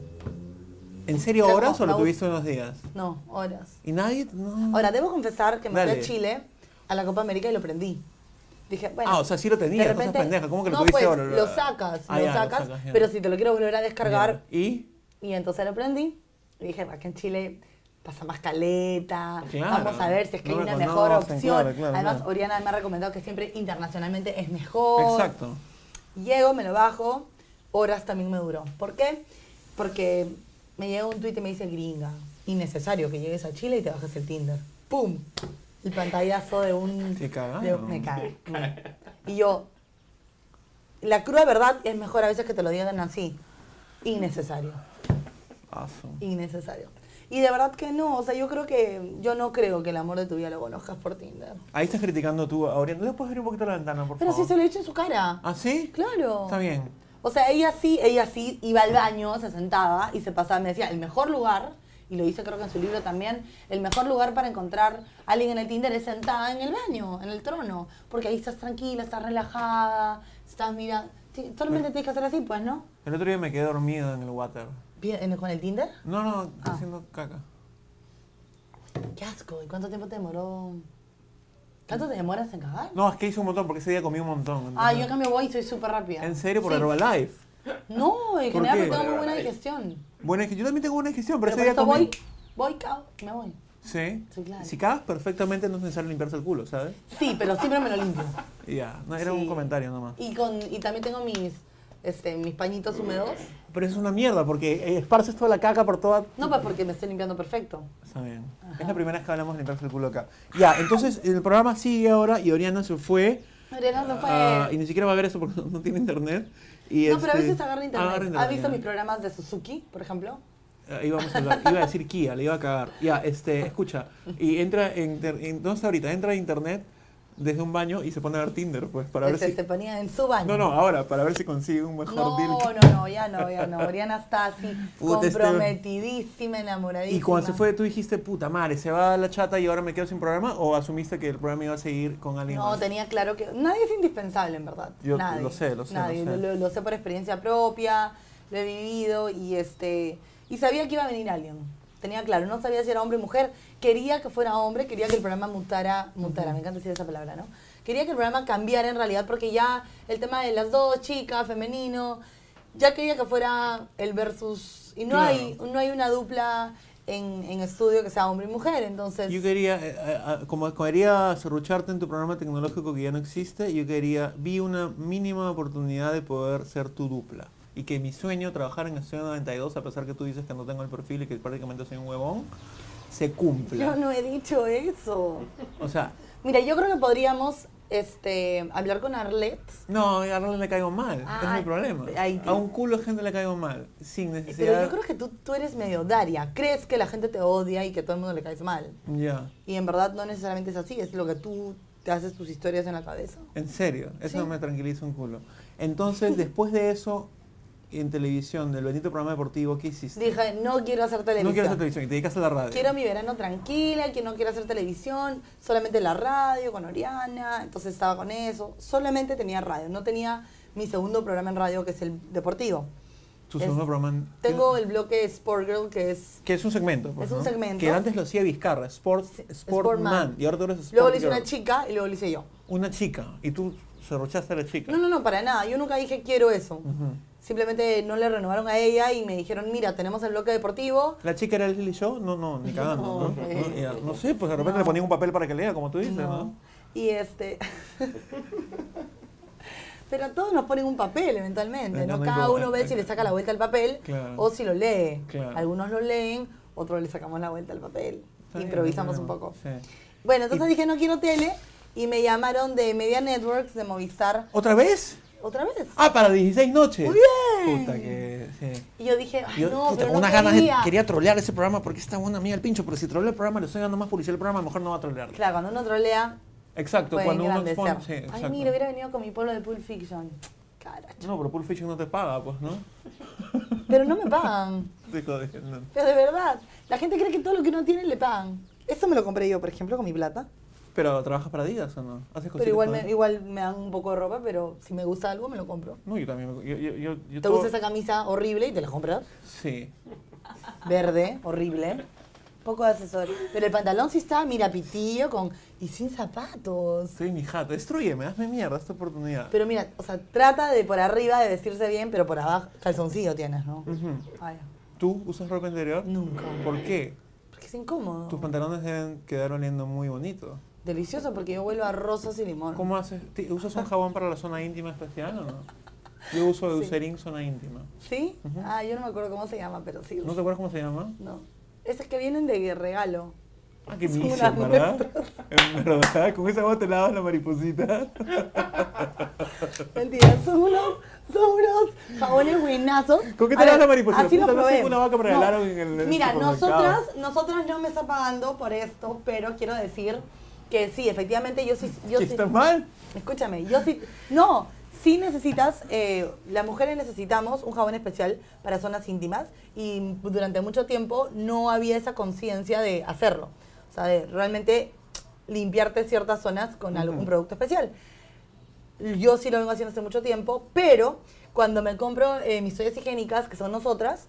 Speaker 1: ¿En serio
Speaker 2: Era
Speaker 1: horas
Speaker 2: como
Speaker 1: o lo
Speaker 2: la
Speaker 1: tuviste unos días?
Speaker 2: No, horas.
Speaker 1: Y nadie... No.
Speaker 2: Ahora, debo confesar que me fui
Speaker 1: Dale.
Speaker 2: a Chile a la Copa América y lo prendí. Dije, bueno.
Speaker 1: Ah, o sea, sí lo tenías,
Speaker 2: de
Speaker 1: no seas
Speaker 2: repente-
Speaker 1: pendeja, ¿cómo que lo
Speaker 2: no,
Speaker 1: tuviste
Speaker 2: pues,
Speaker 1: ahora?
Speaker 2: Lo sacas,
Speaker 1: Ah,
Speaker 2: lo
Speaker 1: ya, lo
Speaker 2: sacas,
Speaker 1: sacas, ya.
Speaker 2: pero si te lo quiero volver a descargar,
Speaker 1: Ya. ¿Y?
Speaker 2: Y entonces lo prendí y dije, acá en Chile pasa más caleta,
Speaker 1: Claro.
Speaker 2: vamos a ver si es que
Speaker 1: No
Speaker 2: hay
Speaker 1: me
Speaker 2: una
Speaker 1: conocen,
Speaker 2: mejor opción.
Speaker 1: claro, claro,
Speaker 2: Además,
Speaker 1: claro.
Speaker 2: Oriana me ha recomendado que siempre internacionalmente es mejor.
Speaker 1: Exacto.
Speaker 2: Llego, me lo bajo, horas también me duró. ¿Por qué? Porque me llega un tuit y me dice, gringa, innecesario que llegues a Chile y te bajes el Tinder. ¡Pum! El pantallazo de un...
Speaker 1: Te cagaron.
Speaker 2: de- me cagué. Y yo, la cruda verdad es mejor a veces que te lo digan así. Innecesario
Speaker 1: Ah, su-
Speaker 2: innecesario. Y de verdad que no, o sea, yo creo que, yo no creo que el amor de tu vida lo conozcas por Tinder.
Speaker 1: Ahí estás criticando tú a Oriana. ¿Le puedes abrir un poquito la ventana, por
Speaker 2: Pero si
Speaker 1: favor?
Speaker 2: se lo he hecho en su cara.
Speaker 1: ¿Ah, sí?
Speaker 2: Claro.
Speaker 1: Está bien.
Speaker 2: O sea, ella sí, ella sí iba al baño, se sentaba y se pasaba, me decía, el mejor lugar, y lo dice creo que en su libro también, el mejor lugar para encontrar a alguien en el Tinder es sentada en el baño, en el trono, porque ahí estás tranquila, estás relajada, estás mirando, ti- solamente tienes que hacer así, pues, ¿no?
Speaker 1: El otro día me quedé dormido en el water.
Speaker 2: Bien, en- ¿Con el Tinder?
Speaker 1: No, no,
Speaker 2: Ah.
Speaker 1: haciendo caca.
Speaker 2: Qué asco, ¿y cuánto tiempo te demoró? ¿Tanto te demoras en cagar?
Speaker 1: No, es que hice un montón porque ese día comí un montón.
Speaker 2: Ah,
Speaker 1: entonces-
Speaker 2: yo en cambio voy y soy súper rápida.
Speaker 1: ¿En serio? Por
Speaker 2: Sí.
Speaker 1: Herbalife.
Speaker 2: No, en
Speaker 1: ¿Por
Speaker 2: general
Speaker 1: qué?
Speaker 2: porque tengo muy buena
Speaker 4: Ahí.
Speaker 2: digestión.
Speaker 1: Bueno, es que yo también tengo buena digestión, pero,
Speaker 2: Pero por
Speaker 1: ese día
Speaker 2: eso
Speaker 1: comí...
Speaker 2: voy, voy, cao, me voy.
Speaker 1: Sí.
Speaker 2: Sí, claro.
Speaker 1: Si cagas perfectamente no es necesario limpiarse el culo, ¿sabes?
Speaker 2: Sí, pero siempre me lo limpio.
Speaker 1: Y Ya, no, era
Speaker 2: Sí.
Speaker 1: un comentario nomás.
Speaker 2: Y, con, y también tengo mis, este, mis pañitos húmedos.
Speaker 1: Pero es una mierda porque eh, esparces toda la caca por toda.
Speaker 2: No, pues porque me estoy limpiando perfecto.
Speaker 1: Está bien. Es la primera vez que hablamos de limpiarse el culo acá. Ya, entonces el programa sigue ahora y Oriana se fue.
Speaker 2: Mariana se fue.
Speaker 1: Ah, y ni siquiera va a ver eso porque no tiene internet. Y
Speaker 2: no, pero a
Speaker 1: este,
Speaker 2: veces agarra internet.
Speaker 1: agarra
Speaker 2: ¿Has visto
Speaker 1: ya.
Speaker 2: mis programas de Suzuki, por ejemplo?
Speaker 1: Ah, Ahí vamos a hablar. Iba a decir Kia, le iba a cagar. Ya, este, escucha. Y entra en, inter- en- ¿Dónde está ahorita? Entra a internet desde un baño y se pone a ver Tinder, pues, para ver
Speaker 2: Este,
Speaker 1: si.
Speaker 2: Se ponía en su baño.
Speaker 1: No, no, ahora, para ver si consigue un mejor
Speaker 2: No,
Speaker 1: deal.
Speaker 2: no, no, ya no, ya no. Oriana está así,
Speaker 1: Puta, este-
Speaker 2: comprometidísima, enamoradísima.
Speaker 1: Y cuando se fue, tú dijiste, puta madre, se va la chata y ahora me quedo sin programa, o asumiste que el programa iba a seguir con alguien
Speaker 2: No,
Speaker 1: más?
Speaker 2: tenía claro que nadie es indispensable, en verdad.
Speaker 1: Yo
Speaker 2: nadie,
Speaker 1: lo sé, lo sé, lo
Speaker 2: Nadie.
Speaker 1: sé.
Speaker 2: Lo, lo sé por experiencia propia, lo he vivido y este y sabía que iba a venir alguien. Tenía claro, no sabía si era hombre o mujer. Quería que fuera hombre, quería que el programa mutara, mutara, me encanta decir esa palabra, ¿no? Quería que el programa cambiara en realidad porque ya el tema de las dos chicas, femenino, ya quería que fuera el versus y no
Speaker 1: Claro.
Speaker 2: hay no hay una dupla en, en estudio que sea hombre y mujer, entonces
Speaker 1: Yo quería, eh, eh, eh, como quería serrucharte en tu programa tecnológico que ya no existe, yo quería, vi una mínima oportunidad de poder ser tu dupla. Y que mi sueño, trabajar en Estudio 92, a pesar que tú dices que no tengo el perfil y que prácticamente soy un huevón, se cumpla.
Speaker 2: yo no he dicho eso.
Speaker 1: O sea,
Speaker 2: Mira, yo creo que podríamos este, hablar con Arlet.
Speaker 1: no, a Arlen le caigo mal, es
Speaker 2: Ah,
Speaker 1: mi problema.
Speaker 2: ahí te-
Speaker 1: A un culo de gente le caigo mal, sin
Speaker 2: Pero
Speaker 1: necesidad.
Speaker 2: yo creo que tú, tú eres medio Daria. Crees que la gente te odia y que a todo el mundo le caes mal.
Speaker 1: Ya.
Speaker 2: Y en verdad no necesariamente es así. Es lo que tú te haces tus historias en la cabeza.
Speaker 1: En serio, eso
Speaker 2: Sí.
Speaker 1: me tranquiliza un culo. Entonces, después de eso, en televisión, del bendito programa deportivo, ¿qué hiciste?
Speaker 2: Dije, no quiero hacer televisión.
Speaker 1: no quiero hacer televisión y te dedicas a la radio.
Speaker 2: Quiero mi verano tranquila, que no quiero hacer televisión, solamente la radio con Oriana, entonces estaba con eso. Solamente tenía radio, no tenía mi segundo programa en radio que es el deportivo.
Speaker 1: Tu
Speaker 2: es-
Speaker 1: segundo programa. en-
Speaker 2: Tengo el bloque Sport Girl que es
Speaker 1: Que es un segmento. pues,
Speaker 2: Es un
Speaker 1: ¿no?
Speaker 2: segmento.
Speaker 1: Que antes lo hacía Vizcarra, Sports,
Speaker 2: Sí,
Speaker 1: Sportman.
Speaker 2: Sportman.
Speaker 1: Y ahora tú eres Sport
Speaker 2: Luego le hice
Speaker 1: Girl.
Speaker 2: una chica y luego le hice yo.
Speaker 1: Una chica. Y tú cerruchaste a la chica.
Speaker 2: No, no, no, para nada. Yo nunca dije quiero eso.
Speaker 1: Ujú.
Speaker 2: Simplemente no le renovaron a ella y me dijeron, mira, tenemos el bloque deportivo.
Speaker 1: ¿La chica era Leslie Show? No, no, ni cagando. No,
Speaker 2: No,
Speaker 1: No,
Speaker 2: eh.
Speaker 1: ya, no sé, pues de repente
Speaker 2: No.
Speaker 1: le ponían un papel para que lea, como tú dices, ¿no?
Speaker 2: No. Y este... Pero a todos nos ponen un papel
Speaker 1: No,
Speaker 2: eventualmente, ¿no?
Speaker 1: no
Speaker 2: Cada
Speaker 1: importa.
Speaker 2: uno ve si le saca la vuelta al papel
Speaker 1: Claro.
Speaker 2: o si lo lee.
Speaker 1: Claro.
Speaker 2: Algunos lo leen, otros le sacamos la vuelta al papel.
Speaker 1: Está bien,
Speaker 2: Improvisamos
Speaker 1: no
Speaker 2: un
Speaker 1: hay
Speaker 2: poco.
Speaker 1: problema. Sí.
Speaker 2: Bueno, entonces
Speaker 1: Y-
Speaker 2: dije, no quiero tele y me llamaron de Media Networks, de Movistar,
Speaker 1: ¿Otra vez?
Speaker 2: otra vez.
Speaker 1: Ah, para 16 noches.
Speaker 2: Muy bien.
Speaker 1: Puta que. Sí.
Speaker 2: Y yo dije, ay,
Speaker 1: Yo
Speaker 2: no,
Speaker 1: puta,
Speaker 2: pero
Speaker 1: con
Speaker 2: no
Speaker 1: unas ganas de-
Speaker 2: quería.
Speaker 1: quería trolear ese programa porque está buena mía el pincho, pero si troleo el programa le estoy dando más publicidad al programa, mejor no va a trolear.
Speaker 2: Claro, cuando uno trolea,
Speaker 1: Exacto,
Speaker 2: puede
Speaker 1: cuando uno
Speaker 2: engrandecer.
Speaker 1: expone. Sí,
Speaker 2: Ay,
Speaker 1: exacto.
Speaker 2: mira, hubiera venido con mi polo de Pulp Fiction. Caracho.
Speaker 1: No, pero Pulp Fiction no te paga, pues, ¿no?
Speaker 2: Pero no me pagan.
Speaker 1: Te jodiendo.
Speaker 2: Pero de verdad, la gente cree que todo lo que uno tiene le pagan. Eso me lo compré yo, por ejemplo, con mi plata.
Speaker 1: Pero trabajas para Adidas o no? ¿Haces
Speaker 2: Pero igual
Speaker 1: cositas,
Speaker 2: me, igual me dan un poco de ropa, pero si me gusta algo, me lo compro.
Speaker 1: No, No, yo también. me- Yo, yo, yo, yo
Speaker 2: ¿Te
Speaker 1: todo-
Speaker 2: gusta esa camisa horrible y te la compras?
Speaker 1: Sí.
Speaker 2: Verde, horrible. Poco de asesor. Pero el pantalón sí está, mira, pitillo con... y sin zapatos.
Speaker 1: Estoy en mi jato. Destruyeme, hazme mierda esta oportunidad.
Speaker 2: Pero mira, o sea, trata de por arriba de vestirse bien, pero por abajo calzoncillo tienes, ¿no?
Speaker 1: Ujú.
Speaker 2: Ay,
Speaker 1: ¿Tú usas ropa interior?
Speaker 2: nunca.
Speaker 1: ¿Por qué?
Speaker 2: Porque es incómodo.
Speaker 1: Tus pantalones deben quedar oliendo muy bonito.
Speaker 2: Delicioso porque yo vuelvo a rosas y limón.
Speaker 1: ¿Cómo haces? ¿Te- ¿Usas un jabón para la zona íntima especial o no? Yo uso
Speaker 2: Sí.
Speaker 1: Eucerin zona íntima.
Speaker 2: ¿Sí? Ah, yo no me acuerdo cómo se llama, pero sí.
Speaker 1: ¿No te acuerdas cómo se llama?
Speaker 2: No. Esas que vienen de regalo.
Speaker 1: Ah, qué
Speaker 2: Son
Speaker 1: misio,
Speaker 2: unas
Speaker 1: ¿verdad? En verdad, con esa agua te lavas la mariposita.
Speaker 2: Mentira, son unos, son unos jabones buenazos.
Speaker 1: ¿Con qué te
Speaker 2: A
Speaker 1: lavas
Speaker 2: ver,
Speaker 1: la mariposita?
Speaker 2: Así
Speaker 1: Puta,
Speaker 2: lo
Speaker 1: no sé,
Speaker 2: probé.
Speaker 1: una vaca me
Speaker 2: No.
Speaker 1: regalaron en el- en el
Speaker 2: Mira,
Speaker 1: supermercado.
Speaker 2: nosotras, nosotras no me está pagando por esto, pero quiero decir que sí, efectivamente yo sí... Yo
Speaker 1: ¿Qué
Speaker 2: sí-
Speaker 1: está mal?
Speaker 2: Escúchame, yo sí. No, sí necesitas, eh, las mujeres necesitamos un jabón especial para zonas íntimas y durante mucho tiempo no había esa conciencia de hacerlo. O sea, de realmente limpiarte ciertas zonas con algún
Speaker 1: Ujú.
Speaker 2: producto especial. Yo sí lo vengo haciendo hace mucho tiempo, pero cuando me compro eh, mis toallas higiénicas, que son nosotras,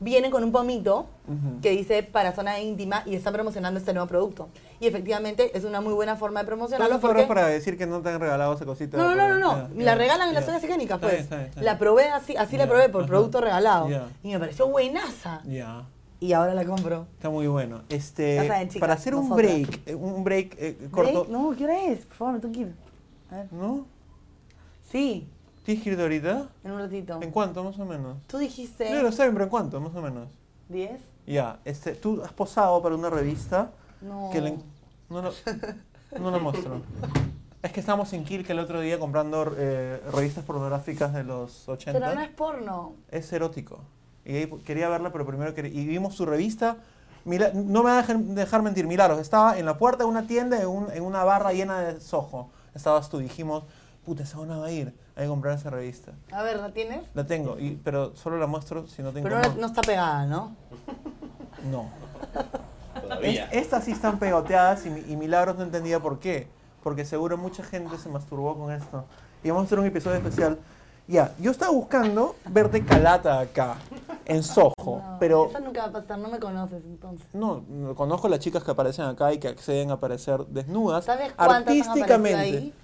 Speaker 2: vienen con un pomito
Speaker 1: Ujú.
Speaker 2: que dice para zona íntima y están promocionando este nuevo producto. Y efectivamente es una muy buena forma de promocionarlo.
Speaker 1: Tanto forras
Speaker 2: porque-
Speaker 1: para decir que no te han regalado esa cosita.
Speaker 2: no, no, no, no,
Speaker 1: Ya,
Speaker 2: no. La
Speaker 1: ya,
Speaker 2: regalan en
Speaker 1: ya.
Speaker 2: las zonas higiénicas,
Speaker 1: Está
Speaker 2: pues.
Speaker 1: bien, está bien, está
Speaker 2: La
Speaker 1: bien.
Speaker 2: probé así, así la
Speaker 1: Ya,
Speaker 2: probé por
Speaker 1: ajá.
Speaker 2: producto regalado.
Speaker 1: Ya.
Speaker 2: Y me pareció buenaza.
Speaker 1: Ya,
Speaker 2: Y ahora la compro.
Speaker 1: está muy bueno. Este,
Speaker 2: Ya saben, chicas,
Speaker 1: para hacer un
Speaker 2: nosotras.
Speaker 1: break, eh, un break eh, corto.
Speaker 2: ¿Break? No, ¿qué hora es? Por favor, me tengo que ir. A ver.
Speaker 1: ¿No?
Speaker 2: Sí.
Speaker 1: ¿Tienes que irte ahorita?
Speaker 2: En un ratito.
Speaker 1: ¿En cuánto, más o menos?
Speaker 2: Tú dijiste
Speaker 1: No lo sé, pero ¿en cuánto, más o menos?
Speaker 2: 10.
Speaker 1: Ya, este, tú has posado para una revista
Speaker 2: No.
Speaker 1: que le- no lo, no lo muestro. Es que estábamos en Kirk el otro día comprando eh, revistas pornográficas de los
Speaker 2: Pero no
Speaker 1: 80.
Speaker 2: es porno.
Speaker 1: Es erótico. Y ahí quería verla, pero primero quería, y vimos su revista. Mila- no me va a dejar, dejar mentir, Milagros. Estaba en la puerta de una tienda, en, un- en una barra llena de sojo. Estabas tú, dijimos, puta, esa una va a ir. Hay que comprar esa revista.
Speaker 2: A ver, ¿la tienes?
Speaker 1: La tengo, y, pero solo la muestro si no tengo.
Speaker 2: Pero no, no está pegada, ¿no?
Speaker 1: no.
Speaker 4: Todavía.
Speaker 1: Es- estas sí están pegoteadas y, mi- y Milagros no entendía por qué. Porque seguro mucha gente se masturbó con esto. Y vamos a hacer un episodio especial. Ya, yo estaba buscando verte calata acá, en Soho.
Speaker 2: No,
Speaker 1: pero
Speaker 2: Eso nunca va a pasar, no me conoces entonces.
Speaker 1: no, no, conozco las chicas que aparecen acá y que acceden a aparecer desnudas.
Speaker 2: ¿Sabes cuántas han aparecido
Speaker 1: artísticamente.
Speaker 2: ahí?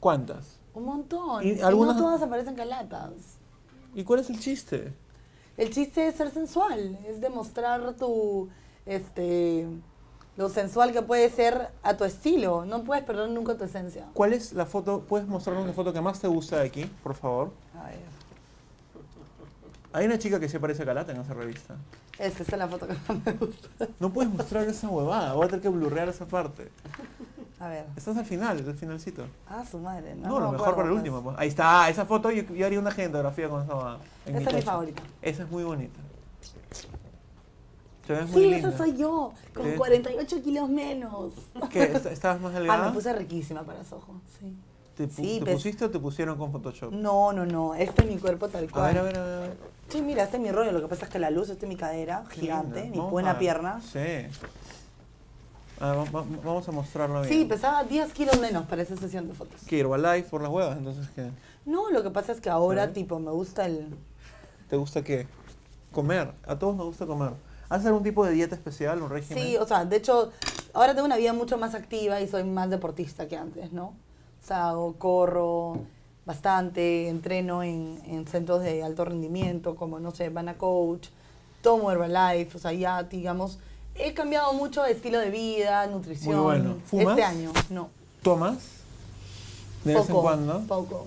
Speaker 1: ¿Cuántas?
Speaker 2: Un montón.
Speaker 1: Y
Speaker 2: Y,
Speaker 1: algunas-
Speaker 2: no todas aparecen calatas.
Speaker 1: ¿Y cuál es el chiste?
Speaker 2: El chiste es ser sensual, es demostrar tu, este, lo sensual que puede ser a tu estilo. No puedes perder nunca tu esencia.
Speaker 1: ¿Cuál es la foto? ¿Puedes mostrarnos la foto que más te gusta de aquí, por favor?
Speaker 2: A ver,
Speaker 1: Hay una chica que se parece a Calata en esa revista.
Speaker 2: esa es la foto que más me gusta.
Speaker 1: No puedes mostrar esa huevada, voy a tener que blurrear esa parte.
Speaker 2: A ver.
Speaker 1: Estás al final, al finalcito.
Speaker 2: Ah, su madre. No,
Speaker 1: No, lo
Speaker 2: me
Speaker 1: mejor
Speaker 2: acuerdo,
Speaker 1: para el
Speaker 2: pues.
Speaker 1: último. pues. Ahí está, esa foto yo, yo haría una gigantografía con esa huevada en
Speaker 2: Esa es mi
Speaker 1: casa.
Speaker 2: favorita.
Speaker 1: Esa es muy bonita. Te ves muy
Speaker 2: Sí,
Speaker 1: linda.
Speaker 2: esa soy yo, con
Speaker 1: Sí.
Speaker 2: 48 kilos menos.
Speaker 1: ¿Qué? ¿Est- ¿Estabas más
Speaker 2: Ah,
Speaker 1: delgada?
Speaker 2: me puse riquísima para esos ojos, sí.
Speaker 1: ¿Te, pu-
Speaker 2: Sí, Mm,
Speaker 1: te
Speaker 2: pues-
Speaker 1: pusiste o te pusieron con Photoshop?
Speaker 2: No, no, no, este es mi cuerpo tal
Speaker 1: A ver, a
Speaker 2: cual.
Speaker 1: ver, a ver.
Speaker 2: Sí, mira, este es mi rollo, lo que pasa es que la luz, este es mi cadera,
Speaker 1: Qué
Speaker 2: gigante,
Speaker 1: linda.
Speaker 2: mi
Speaker 1: Vamos
Speaker 2: buena
Speaker 1: a-
Speaker 2: pierna.
Speaker 1: Sí. A ver, va- va- vamos a mostrarlo bien.
Speaker 2: Sí, pesaba 10 kilos menos para esa sesión de fotos.
Speaker 1: ¿Qué? Herbalife por las huevas, entonces ¿qué?
Speaker 2: No, lo que pasa es que
Speaker 1: A
Speaker 2: ahora,
Speaker 1: ver.
Speaker 2: tipo, me gusta el...
Speaker 1: ¿Te gusta qué? Comer. A todos nos gusta comer. ¿Haces algún tipo de dieta especial, un régimen?
Speaker 2: Sí, o sea, de hecho, ahora tengo una vida mucho más activa y soy más deportista que antes, ¿no? O sea, hago- corro bastante, entreno en, en centros de alto rendimiento, como, no sé, Van a Coach, tomo Herbalife, o sea, ya, digamos, he cambiado mucho de estilo de vida, nutrición.
Speaker 1: Muy bueno. ¿Fumas?
Speaker 2: Este año, no.
Speaker 1: ¿Tomas? De vez en
Speaker 2: Poco,
Speaker 1: cuando.
Speaker 2: Poco.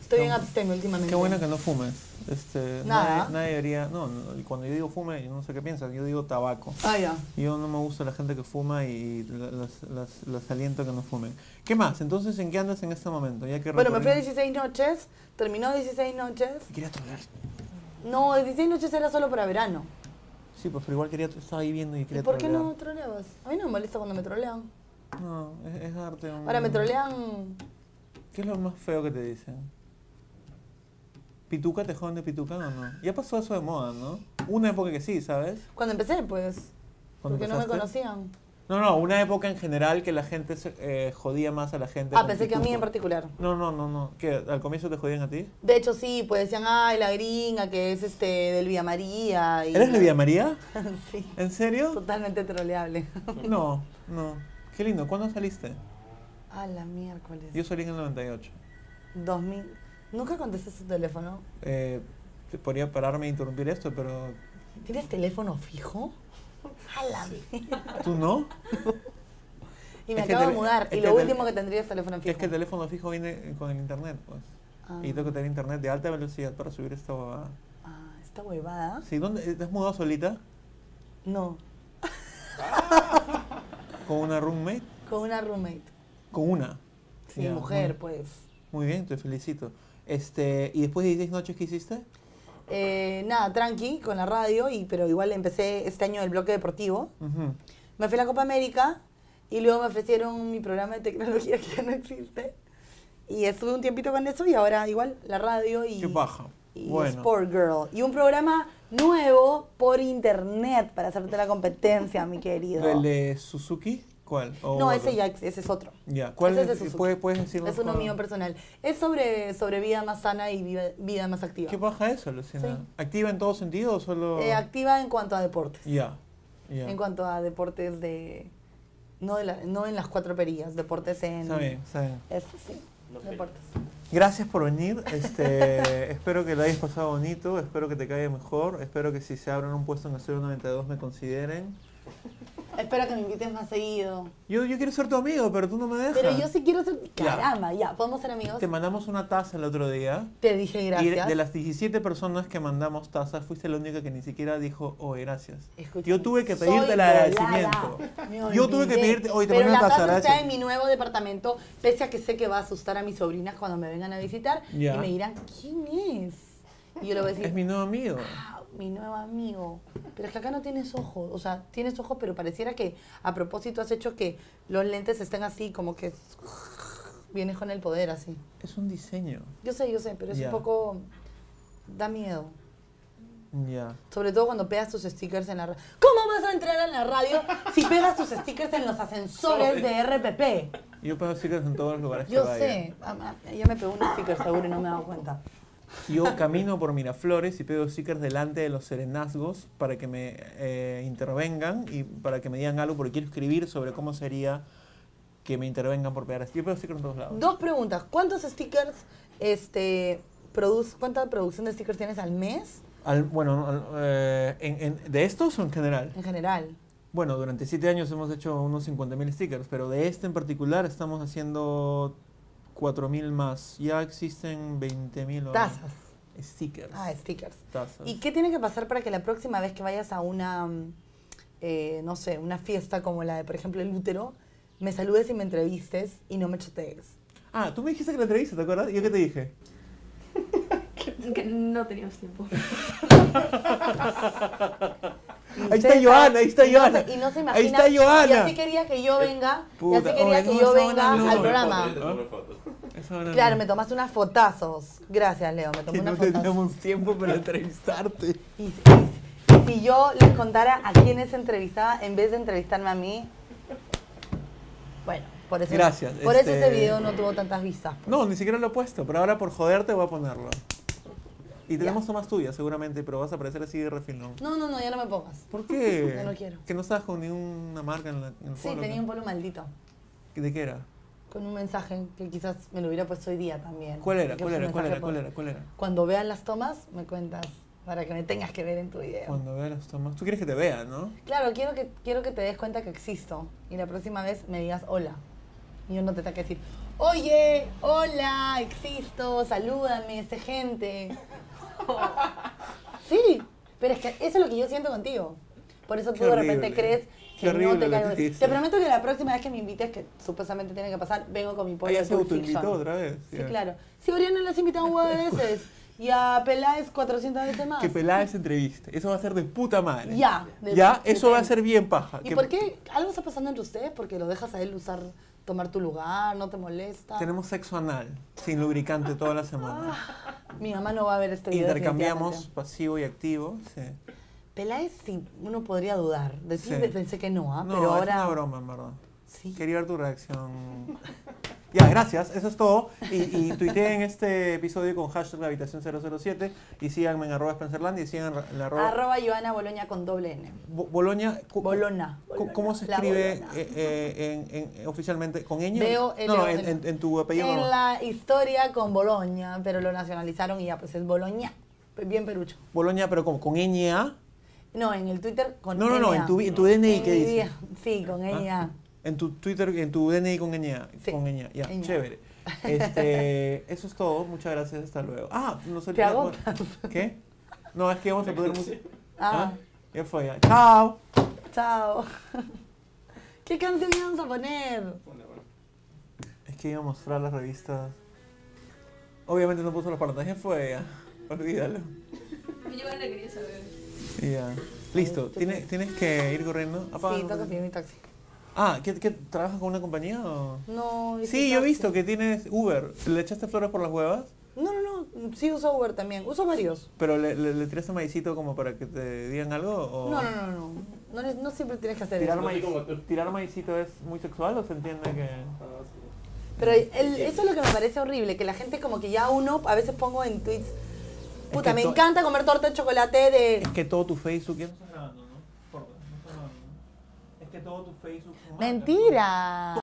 Speaker 2: Estoy bien abstemio últimamente.
Speaker 1: Qué bueno que no fumes. Este,
Speaker 2: Nada.
Speaker 1: Nadie, nadie debería. No, no, y cuando yo digo fume, yo no sé qué piensan, yo digo tabaco.
Speaker 2: Ah, ya.
Speaker 1: Yo no me gusta la gente que fuma y la- las, las- las aliento que no fumen. ¿Qué más? Entonces, ¿en qué andas en este momento? Ya que
Speaker 2: Bueno, me fui a
Speaker 1: recorrimos-
Speaker 2: 16 noches, terminó 16 noches.
Speaker 1: Quería trolear.
Speaker 2: No, 16 noches era solo para verano.
Speaker 1: Sí, pues pero igual quería, estaba ahí viendo y
Speaker 2: ¿Y
Speaker 1: quería
Speaker 2: por qué no
Speaker 1: trolear.
Speaker 2: troleabas? A mí no me molesta cuando me trolean.
Speaker 1: No, es, es darte un.
Speaker 2: Ahora me trolean.
Speaker 1: ¿Qué es lo más feo que te dicen? ¿Pituca te joden de pituca o no? Ya pasó eso de moda, ¿no? Una época que sí, ¿sabes?
Speaker 2: Cuando empecé, pues.
Speaker 1: ¿Cuándo
Speaker 2: Porque no me
Speaker 1: empezaste?
Speaker 2: conocían.
Speaker 1: No, no, una época en general que la gente se, eh, jodía más a la gente.
Speaker 2: Ah,
Speaker 1: con
Speaker 2: pensé que a mí en
Speaker 1: pituco.
Speaker 2: particular.
Speaker 1: No, no, no, no. ¿Qué? ¿Al comienzo te jodían a ti?
Speaker 2: De hecho, sí, pues decían, ay, la gringa que es este del Villa María. Y...
Speaker 1: ¿Eres Livia María?
Speaker 2: sí,
Speaker 1: ¿En serio?
Speaker 2: totalmente troleable.
Speaker 1: No, no. Qué lindo. ¿Cuándo saliste?
Speaker 2: ah, la miércoles.
Speaker 1: Yo salí en el 98.
Speaker 2: 2000. Nunca contesté su teléfono.
Speaker 1: Eh, te podría pararme e interrumpir esto, pero
Speaker 2: ¿Tienes teléfono fijo? A la mierda.
Speaker 1: tú no.
Speaker 2: Y me
Speaker 1: Es que
Speaker 2: acabo de
Speaker 1: tele- es
Speaker 2: mudar. Y
Speaker 1: que
Speaker 2: lo
Speaker 1: tele-
Speaker 2: último que tendría es teléfono fijo.
Speaker 1: Es que el teléfono fijo viene con el internet, pues.
Speaker 2: Ah.
Speaker 1: Y tengo que tener internet de alta velocidad para subir esta bobada.
Speaker 2: Ah, esta huevada.
Speaker 1: Sí, ¿dónde? ¿Te has mudado solita?
Speaker 2: No,
Speaker 1: ¿Con una roommate?
Speaker 2: con una roommate.
Speaker 1: Con una.
Speaker 2: Sí,
Speaker 1: Ya,
Speaker 2: mujer,
Speaker 1: muy-
Speaker 2: pues.
Speaker 1: Muy bien, te felicito. Este, ¿Y después de 16 noches qué hiciste?
Speaker 2: Eh, nada, tranqui con la radio, y, pero igual empecé este año el bloque deportivo.
Speaker 1: Ujú.
Speaker 2: Me fui a la Copa América y luego me ofrecieron mi programa de tecnología que ya no existe. Y estuve un tiempito con eso y ahora igual la radio y,
Speaker 1: Qué paja.
Speaker 2: y
Speaker 1: Bueno.
Speaker 2: Sport Girl. Y un programa nuevo por internet para hacerte la competencia, mi querido.
Speaker 1: ¿El de Suzuki? ¿Cuál? ¿O
Speaker 2: No,
Speaker 1: otro?
Speaker 2: ese ya ex- ese es otro.
Speaker 1: Ya, ¿cuál
Speaker 2: Ese
Speaker 1: es?
Speaker 2: es de Suzuki.
Speaker 1: ¿Puedes, puedes decirnos
Speaker 2: Es uno
Speaker 1: cuál?
Speaker 2: mío personal. Es sobre, sobre vida más sana y vida, vida más activa.
Speaker 1: ¿Qué paja eso, Lucina?
Speaker 2: Sí.
Speaker 1: ¿Activa en todo sentido o solo...?
Speaker 2: Eh, activa en cuanto a deportes.
Speaker 1: Ya, ya.
Speaker 2: En cuanto a deportes de. No, de la- no en las cuatro perillas, deportes en.
Speaker 1: Está bien, está bien.
Speaker 2: Eso sí,
Speaker 4: No sé.
Speaker 2: deportes.
Speaker 1: Gracias por venir. Este, espero que lo hayas pasado bonito. Espero que te caiga mejor. Espero que si se abren un puesto en el 092 me consideren.
Speaker 2: Espero que me invites más seguido.
Speaker 1: Yo, yo quiero ser tu amigo, pero tú no me dejas.
Speaker 2: Pero yo sí quiero ser.
Speaker 1: Ya.
Speaker 2: Caramba, ya, podemos ser amigos.
Speaker 1: Te
Speaker 2: Te,
Speaker 1: mandamos una taza el otro día.
Speaker 2: dije
Speaker 1: Y
Speaker 2: gracias.
Speaker 1: de las 17 personas que mandamos tazas, fuiste la única que ni siquiera dijo, oye, gracias.
Speaker 2: Escúchame,
Speaker 1: Yo tuve que
Speaker 2: soy
Speaker 1: pedirte el
Speaker 2: volada.
Speaker 1: agradecimiento.
Speaker 2: Me
Speaker 1: Yo tuve que
Speaker 2: olvidé.
Speaker 1: pedirte, oye, te
Speaker 2: Pero
Speaker 1: mandé
Speaker 2: la
Speaker 1: una taza,
Speaker 2: taza está
Speaker 1: gracias.
Speaker 2: en mi nuevo departamento, pese a que sé que va a asustar a mis sobrinas cuando me vengan a visitar.
Speaker 1: Ya.
Speaker 2: Y me dirán, ¿quién es? Y yo le voy a decir,
Speaker 1: Es mi nuevo amigo.
Speaker 2: "Ah, mi nuevo amigo. Pero es que acá no tienes ojos. O sea, tienes ojos, pero pareciera que a propósito has hecho que los lentes estén así, como que vienes con el poder así.
Speaker 1: Es un diseño.
Speaker 2: Yo sé, yo sé, pero es
Speaker 1: Ya.
Speaker 2: un poco... da miedo.
Speaker 1: Ya.
Speaker 2: Sobre todo cuando pegas tus stickers en la radio. ¿Cómo vas a entrar a la radio si pegas tus stickers en los ascensores de RPP?
Speaker 1: Yo pego stickers en todos los lugares
Speaker 2: Yo
Speaker 1: que vaya.
Speaker 2: sé. Ah, ah, Ya me pegó un sticker seguro y no me he dado cuenta.
Speaker 1: Yo camino por Miraflores y pego stickers delante de los serenazgos para que me eh, intervengan y para que me digan algo, porque quiero escribir sobre cómo sería que me intervengan por pegar stickers. Yo pego stickers en todos lados.
Speaker 2: Dos preguntas. ¿Cuántos stickers, este, produce, cuánta producción de stickers tienes al mes
Speaker 1: Al- bueno, al- eh, en- en- ¿de estos o en general?
Speaker 2: en general?
Speaker 1: Bueno, durante siete años hemos hecho unos 50.000 stickers, pero de este en particular estamos haciendo 4.000 más. Ya existen 20.000 o-
Speaker 2: Tazas.
Speaker 1: stickers.
Speaker 2: Ah, stickers.
Speaker 1: Tazas.
Speaker 2: ¿Y qué tiene que pasar para que la próxima vez que vayas a una, mm, eh, no sé, una fiesta como la de, por ejemplo, el útero, me saludes y me entrevistes y no me chotees?
Speaker 1: Ah, tú me dijiste que la entrevista, ¿te acuerdas? ¿Yo qué te dije?
Speaker 3: Que no teníamos tiempo.
Speaker 1: Ahí está
Speaker 2: Ustedes
Speaker 1: Joana,
Speaker 2: saben-
Speaker 1: ahí está
Speaker 2: y no
Speaker 1: Joana.
Speaker 2: se- y no se
Speaker 1: Ahí
Speaker 2: imagina-
Speaker 1: está Joana. Eh,
Speaker 2: Y así quería que yo venga, y
Speaker 1: Puta,
Speaker 2: así quería
Speaker 1: oye,
Speaker 2: que
Speaker 1: no,
Speaker 2: yo
Speaker 1: esa
Speaker 2: venga
Speaker 1: buena
Speaker 2: al
Speaker 1: luz.
Speaker 2: programa.
Speaker 1: ¿Ah?
Speaker 4: fotos.
Speaker 2: Claro, me tomaste unas fotazos. Gracias, Leo, me tomé
Speaker 1: Que no
Speaker 2: unas fotazos.
Speaker 1: tenemos tiempo para entrevistarte.
Speaker 2: Y, y- y si yo les contara a quiénes entrevistaba en vez de entrevistarme a mí, bueno, por eso,
Speaker 1: Gracias,
Speaker 2: por eso
Speaker 1: este-
Speaker 2: ese video no tuvo tantas vistas.
Speaker 1: No, ni siquiera lo he puesto, pero ahora por joderte voy a ponerlo. Y tenemos tomas tuyas seguramente, pero vas a aparecer así de refilón.
Speaker 2: No, no, no, ya no me pongas.
Speaker 1: ¿Por qué?
Speaker 2: Ya no quiero.
Speaker 1: Que no estabas con ninguna marca en, la, en el
Speaker 2: Sí,
Speaker 1: polo,
Speaker 2: tenía
Speaker 1: ¿no?
Speaker 2: un polo maldito.
Speaker 1: ¿De qué era?
Speaker 2: Con un mensaje que quizás me lo hubiera puesto hoy día también.
Speaker 1: ¿Cuál era?
Speaker 2: Porque
Speaker 1: ¿Cuál
Speaker 2: fue un
Speaker 1: era? ¿Cuál
Speaker 2: mensaje
Speaker 1: era? ¿Cuál
Speaker 2: por-
Speaker 1: era? ¿Cuál era?
Speaker 2: Cuando vean las tomas, me cuentas para que me tengas que ver en tu video.
Speaker 1: Cuando vea las tomas. Tú quieres que te vea, ¿no?
Speaker 2: Claro, quiero que, quiero que te des cuenta que existo y la próxima vez me digas hola. Y yo no te tenga que decir, oye, hola, existo, salúdame, sé gente. sí, pero es que eso es lo que yo siento contigo. Por eso tú
Speaker 1: Qué
Speaker 2: de repente
Speaker 1: horrible. ¿eh?
Speaker 2: crees
Speaker 1: Qué
Speaker 2: que no
Speaker 1: horrible
Speaker 2: te
Speaker 1: lo
Speaker 2: caigo.
Speaker 1: que
Speaker 2: bien.
Speaker 1: dices.
Speaker 2: Te prometo que la próxima vez que me invites, que supuestamente tiene que pasar, vengo con mi
Speaker 1: Ah,
Speaker 2: pollo
Speaker 1: ya
Speaker 2: de
Speaker 1: se
Speaker 2: Pulp
Speaker 1: autoinvitó
Speaker 2: Fiction.
Speaker 1: otra vez.
Speaker 2: Sí,
Speaker 1: ya.
Speaker 2: claro. Sí, Oriana la has invitado un huevo de veces. Y a Peláez 400 veces más.
Speaker 1: Que pelada esa entrevista. Eso va a ser de puta madre.
Speaker 2: Ya, de-
Speaker 1: ya,
Speaker 2: de-
Speaker 1: eso va a ser bien paja.
Speaker 2: ¿Y
Speaker 1: Que
Speaker 2: por qué? ¿Algo está pasando entre ustedes? Porque lo dejas a él usar, tomar tu lugar, no te molesta.
Speaker 1: Tenemos sexo anal, sin lubricante toda la semana.
Speaker 2: Mi mamá no va a ver este video.
Speaker 1: Intercambiamos
Speaker 2: Ah, definitivamente.
Speaker 1: pasivo y activo. Sí.
Speaker 2: Peláez sí, uno podría dudar. De ti
Speaker 1: Sí.
Speaker 2: me pensé que no, ¿ah?
Speaker 1: No,
Speaker 2: pero
Speaker 1: es
Speaker 2: ahora.
Speaker 1: una broma, en verdad.
Speaker 2: Sí.
Speaker 1: Quería ver tu reacción. Ya, gracias, eso es todo. Y, y tuiteen este episodio con hashtag la habitación 007 y síganme en arroba Spencerland y sigan en la arroba,
Speaker 2: Arroba Joana Boloña con doble N.
Speaker 1: Bo- Boloña. cu- cu-
Speaker 2: Bolona.
Speaker 1: cu- ¿Cómo se
Speaker 2: La
Speaker 1: escribe
Speaker 2: Bolona.
Speaker 1: eh, eh, en- en- oficialmente? ¿Con ñ?
Speaker 2: Veo el-
Speaker 1: no, no, en, en- en tu apellido.
Speaker 2: En
Speaker 1: no.
Speaker 2: la historia con Boloña, pero lo nacionalizaron y ya, pues es Boloña. Pues Bien perucho.
Speaker 1: Boloña, pero ¿cómo? ¿Con ña?
Speaker 2: No, en el Twitter con
Speaker 1: No, no, no,
Speaker 2: NA.
Speaker 1: en tu, en tu DNI,
Speaker 2: En
Speaker 1: ¿qué
Speaker 2: mi
Speaker 1: dice? Ah.
Speaker 2: vida- Sí, con ella.
Speaker 1: En tu Twitter, en tu DNI con ña.
Speaker 2: Sí,
Speaker 1: Con ña, ya,
Speaker 2: ña.
Speaker 1: chévere. Este, eso es todo, muchas gracias, hasta luego. Ah, no sé.
Speaker 2: Te agotas.
Speaker 1: ¿Qué? No, es que vamos a poner música.
Speaker 2: Ah.
Speaker 1: Ya fue, ya. Chao.
Speaker 2: Chao. ¿Qué canción íbamos a poner?
Speaker 4: Bueno, bueno.
Speaker 1: Es que iba a mostrar las revistas. Obviamente no puso las pantallas, ya fue, ya. Olvídalo.
Speaker 3: Yo ahora quería saber.
Speaker 1: Y ya. Listo, ¿Tienes, tienes que ir corriendo. Apaga.
Speaker 2: sí, tengo que pedir mi taxi.
Speaker 1: Ah, ¿qué, qué, trabajas con una compañía o?
Speaker 2: No, hice
Speaker 1: Sí, yo he
Speaker 2: taxi.
Speaker 1: visto que tienes Uber. ¿Le echaste flores por las huevas?
Speaker 2: No, no, no. Sí uso Uber también. Uso varios.
Speaker 1: ¿Pero le, le, le tiraste maicito como para que te digan algo? O...
Speaker 2: No, no, no, no. No, eres- no siempre tienes que hacer
Speaker 1: Oh. ¿Tirar,
Speaker 2: eso.
Speaker 4: No soy
Speaker 1: maic-
Speaker 4: como tú.
Speaker 1: ¿Tirar maicito es muy sexual o se entiende que...?
Speaker 4: Ah, sí.
Speaker 2: Pero el- eso es lo que me parece horrible, que la gente como que ya uno, a veces pongo en tweets, puta,
Speaker 1: que
Speaker 2: me
Speaker 1: to-
Speaker 2: encanta comer torta de chocolate de...
Speaker 1: Es que todo tu Facebook... Ya no estás grabando, ¿no? Por- no estás grabando, ¿no? Es que todo tu Facebook...
Speaker 2: Mentira.